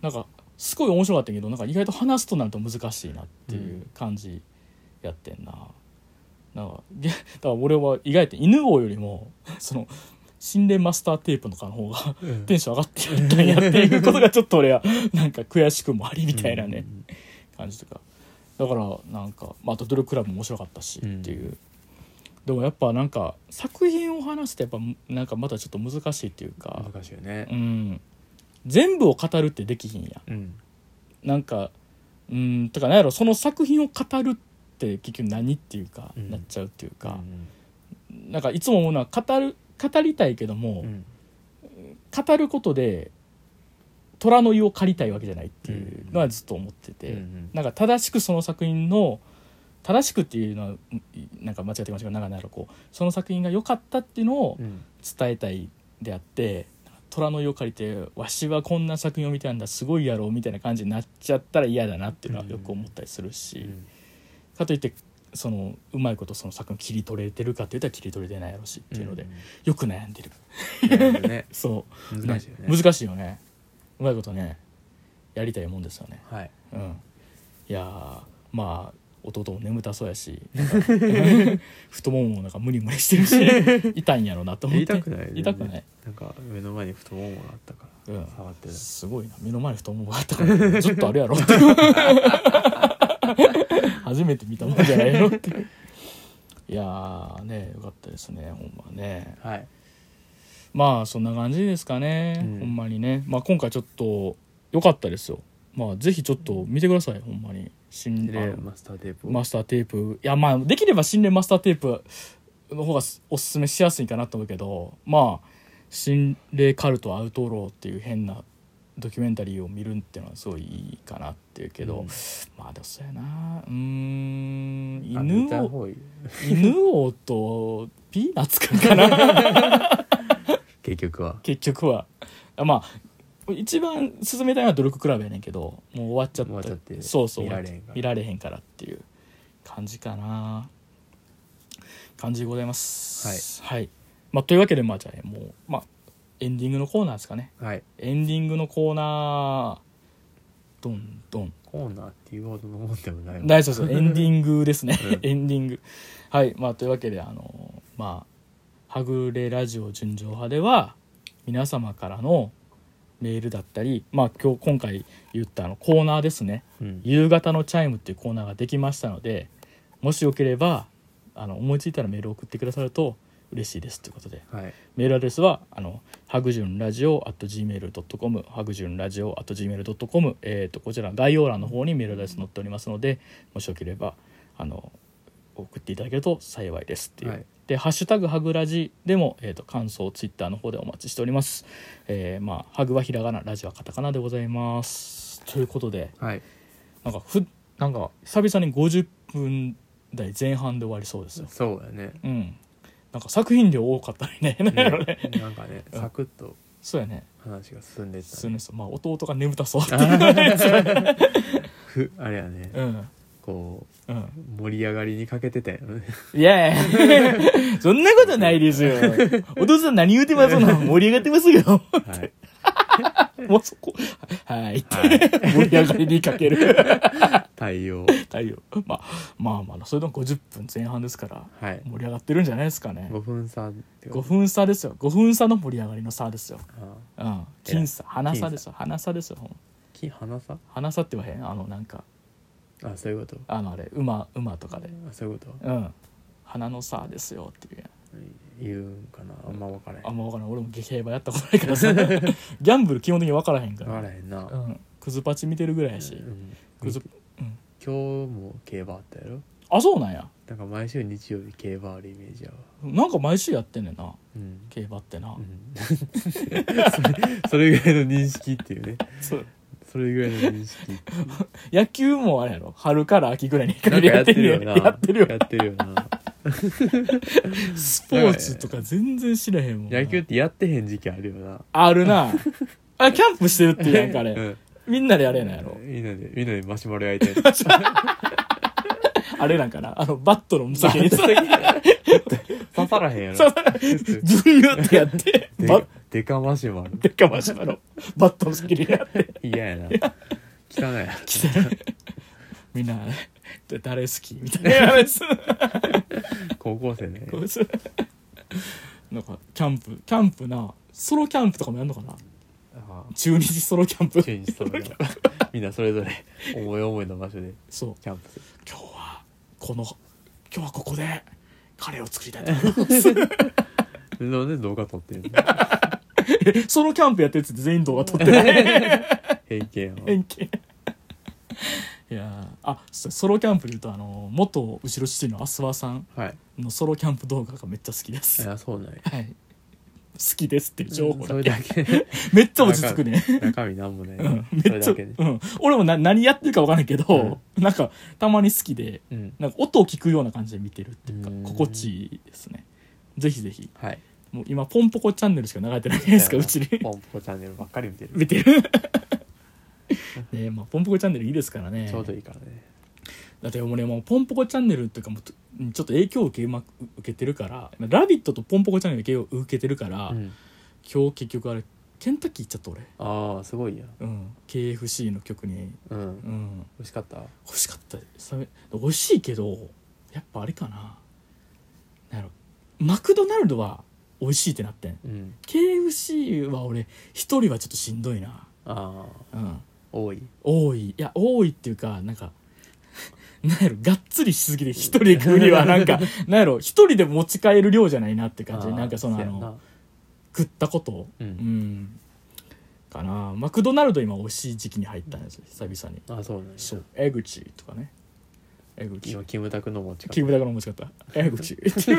S1: なんかすごい面白かったけどなんか意外と話すとなると難しいなっていう感じやってんな,、なんかげだから俺は意外と犬王よりもその心霊マスターテープとかの方が
S2: あ、うん
S1: テンション上がってやったんやっていうことがちょっと俺はなんか悔しくもあ りみたいなね、感じとかだからなんか、まあ、あと「ドルクラブ」も面白かったしっていう、でもやっぱなんか作品を話すとやっぱなんかまたちょっと難しいっていう
S2: うん
S1: か
S2: うん、難しいよね
S1: うん全部を語るってできひんやん
S2: うん
S1: なんかうんとかなんやろその作品を語るって結局何っていうか、
S2: うん
S1: なっちゃうっていう
S2: う
S1: か、
S2: ん
S1: なんかいつも思うのは語る語りたいけども、
S2: うん
S1: 語ることで虎の湯を借りたいわけじゃないっていうのはずっと思ってて、
S2: うんうん
S1: なんか正しくその作品の正しくっていうのはうんなんか間違ってましたけどなんかなんやろこうその作品が良かったっていうのを
S2: うん
S1: 伝えたいであって虎の湯を借りてわしはこんな作品を見たんだすごいやろうみたいな感じになっちゃったら嫌だなっていうのはよく思ったりするし、
S2: うん
S1: かといってそのうまいことその作品を切り取れてるかって言ったら切り取れてないやろうしっていうので、よく悩んでる
S2: うんなるほどね
S1: そう
S2: 難しいよね
S1: 難しいよねうまいことねやりたいもんですよね
S2: はい
S1: うんいやーまあ弟も眠たそうやし 太もももなんかムニムニしてるし痛いんやろうなと思って
S2: 痛くない
S1: 痛くない
S2: なんか目の前に太ももがあったから、
S1: うん
S2: 触ってる
S1: すごいな目の前に太ももがあったからずっとあるやろっていう 初めて見たもんじゃないのっていういやーねよかったですねほんまね
S2: はい
S1: まあそんな感じですかね、
S2: うん
S1: ほんまにね、まあ、今回ちょっと良かったですよまあぜひちょっと見てくださいほんまに心
S2: で
S1: 霊
S2: マスターテープを、
S1: マスターテープいやまあできれば心霊マスターテープの方がおすすめしやすいかなと思うけどまあ心霊カルトアウトローっていう変なドキュメンタリーを見るっていうのはすごいいいかなっていうけど、
S2: うん
S1: まあでもそうやなうーん
S2: あ
S1: 犬
S2: 見た
S1: を
S2: 方がいい
S1: 犬王とピーナッツくんかな
S2: 結局は
S1: 結局はあまあ一番進めたいのは努力比べやねんけどもう終わっちゃった
S2: 終わっちゃって
S1: そうそう
S2: 見られへんから
S1: 見られへんからっていう感じかな感じでございますはい、まあ、というわけでまあじゃあもうまあエンディングのコーナーですかね
S2: はい
S1: エンディングのコーナーどんどん
S2: コーナーっていうほどのもんでもない
S1: 大丈夫ですエンディ
S2: グ
S1: ングですね、
S2: う
S1: エンディングはいまあというわけであのまあはぐれラジオ純情派では皆様からのメールだったりまあ今日今回言ったあのコーナーですね
S2: うん
S1: 夕方のチャイムっていうコーナーができましたのでもしよければあの思いついたらメールを送ってくださると嬉しいですということで
S2: はい
S1: メールアドレスは、あの、はぐじゅんラジオ at gmail.com、はぐじゅんラジオ at gmail.com、えっ、と、こちら概要欄の方にメールアドレス載っておりますので、もしよければ、あの、送っていただけると幸いですっていう。
S2: はい
S1: で、ハッシュタグはぐらじでも、えっ、と、感想をツイッターの方でお待ちしております。えーまあ、はぐはひらがな、ラジオはカタカナでございます。ということで、
S2: はい
S1: なんか、ふ、なんか、久々に50分台前半で終わりそうですよ。
S2: そうやね
S1: うん。なんか作品量多かったりね。なんやろね
S2: ねなんかねサクッと
S1: そうやね。
S2: 話が進んでっ
S1: そ
S2: た
S1: う
S2: ね
S1: ですまあ弟が眠たそうって
S2: あ
S1: いう
S2: ーふあれやね
S1: うん
S2: こ
S1: うん
S2: う盛り上がりに欠けてたよね
S1: いやいや そんなことないですよ弟さん何言うてますの盛り上がってますよ
S2: はい
S1: もうそこはいって
S2: はい
S1: 盛り上がりにかける
S2: 対応
S1: 太陽まあまあまあそれでも50分前半ですから
S2: はい
S1: 盛り上がってるんじゃないですかね
S2: 5分差ってこ
S1: 5
S2: と
S1: 分差ですよ5分差の盛り上がりの差ですよう
S2: あ
S1: ん僅差花差ですよ花差ですよ
S2: ー木花さ
S1: 花差って言わへんあのなんか
S2: あそういうこと
S1: あのあれ馬馬とかで
S2: あそういうこと
S1: うん花の差ですよっていう
S2: 言うんかなあんま分からへん
S1: あんま分からん俺も激競馬やったことない からさギャンブル基本的に分からへんか、
S2: 分かららへんな
S1: うん、クズパチ見てるぐらいやし、
S2: うん
S1: クズ
S2: 今日も競馬あったやろ
S1: あそうなんや
S2: なんか毎週日曜日競馬あるイメージやわ
S1: なんか毎週やってんねんな
S2: うん、
S1: 競馬ってな、
S2: うん、 それそれぐらいの認識っていうね
S1: そう
S2: それぐらいの認識
S1: 野球もあれやろ春から秋ぐらいに一
S2: な
S1: 回
S2: んか
S1: や
S2: や
S1: っ
S2: って
S1: る
S2: てる
S1: よ
S2: よ
S1: ね
S2: な
S1: やってるよ
S2: やってるよな
S1: スポーツとか全然知らへんもんな
S2: 野球ってやってへん時期あるよな
S1: ある なあキャンプしてるっていうやんかあ
S2: う
S1: れ
S2: ん
S1: みんなでやれんのやろ
S2: みんなでみんなでマシュ マロ焼いてる
S1: あれなんかなあのバットの先にさ
S2: あ刺さらへん やろ。
S1: ズニューってやって、
S2: で
S1: バッ
S2: でかましもある。
S1: でっかマシュマロ、バットのスキルやって、
S2: 嫌やな。汚い な。
S1: みんな、誰好きみたいなやつ。
S2: 高校生ね。
S1: なんか、キャンプ、キャンプな、ソロキャンプとかもやんのかな
S2: あ
S1: 中日ソロキャンプ
S2: あ。中日ソロキャンプ。みんなそれぞれ思い思いの場所で
S1: そう。
S2: キャンプする。
S1: 今日は、この、今日はここで、カレーを作りたいと思います。
S2: でなんで動画撮ってるの
S1: ソロキャンプやってるやつって全員動画撮ってない。
S2: 偏見は。
S1: 偏見いやーあそうソロキャンプでいうとあの元後ろ父の阿諏訪さん
S2: はい。
S1: のソロキャンプ動画がめっちゃ好きです、
S2: いや、そうなんや。
S1: はい、好きですっていう情報
S2: そ
S1: だ
S2: れ
S1: け
S2: だけ。
S1: めっちゃ落ち着くね
S2: 中身なんもな
S1: う
S2: い
S1: ん。
S2: そ
S1: め
S2: れ
S1: っちゃ、
S2: だ
S1: う
S2: けで。
S1: ん、俺もな何やってるか分からんけど、なんかたまに好きで
S2: うん。
S1: なんか音を聞くような感じで見てるっていうか
S2: うん
S1: 心地いいですねぜひぜひ
S2: はい。
S1: もう今ポンポコチャンネルしか流れてないじゃないですかうちに
S2: ポンポコチャンネルばっかり見てる。
S1: 見てるねまあ、ポンポコチャンネルいいですからね
S2: ちょうどいいからね。
S1: だって俺もうポンポコチャンネルっていうかもうとちょっと影響を受けまく受けてるから「ラビット!」とポンポコチャンネルの影響を受けてるから、
S2: うん。
S1: 今日結局あれケンタッキー行っちゃった俺、
S2: ああ、すごいや。
S1: うん、KFC の曲に、
S2: うん
S1: う。ん、
S2: 美味しかった
S1: 欲しかったさ美味しいけどやっぱあれかななんやろマクドナルドは美味しいってなってん
S2: うん。
S1: KFC は俺一人はちょっとしんどいな、
S2: あ
S1: うん、
S2: あ、多い。
S1: 多いいや多いっていうかなんかなんやろがっつりしすぎで一人で食うにはなんかなんやろ一人で持ち帰る量じゃないなって感じ
S2: あー
S1: なんかそのあ
S2: や
S1: の
S2: な
S1: 食ったこと
S2: う。
S1: うんんかなマクドナルド今美味しい時期に入ったんですよ久々に
S2: あそうなんや
S1: そうエグチとかねエグチ
S2: 今、キムタクの持ち
S1: キムタクの持ち方エグチ終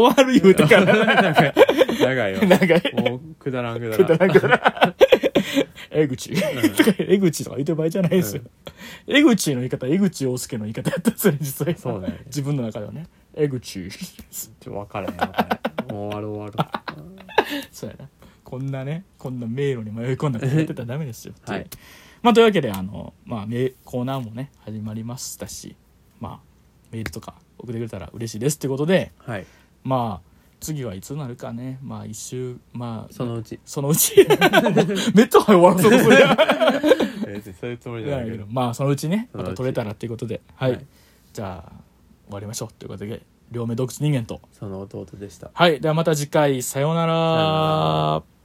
S1: わる言うてから
S2: 長いわ。
S1: なんか
S2: もう、くだらんくだ
S1: くだ
S2: ら
S1: ら
S2: ん。
S1: んくだらん江口とか江口とか言ってる場合じゃないですよ、江口の言い方江口洋介の言い方やったんですよね実際
S2: そうね
S1: 自分の中ではね江口
S2: ちょ、分からへんわかれへん。もう終わる終わ
S1: そうやなこんなねこんな迷路に迷い込んだことやってたらダメですよってう
S2: はい
S1: まあというわけであの、まあ、メコーナーもね始まりましたしまあメールとか送ってくれたら嬉しいですってことで
S2: る。はい。
S1: まあ次はいつになるかねまあ一週まあ
S2: そのうち。
S1: そのうち めっちゃ早終わらそうとするやん
S2: 別にそういうつもりじ
S1: だ
S2: ゃない
S1: け
S2: け
S1: ど
S2: ど。
S1: まあそのうちね
S2: そ
S1: ま
S2: のう
S1: た
S2: ち
S1: 取れたらっていうことではい、
S2: はい
S1: じゃあ終わりましょうということで両目洞窟人間と
S2: その弟でした。
S1: はいではまた次回さような
S2: よう
S1: ら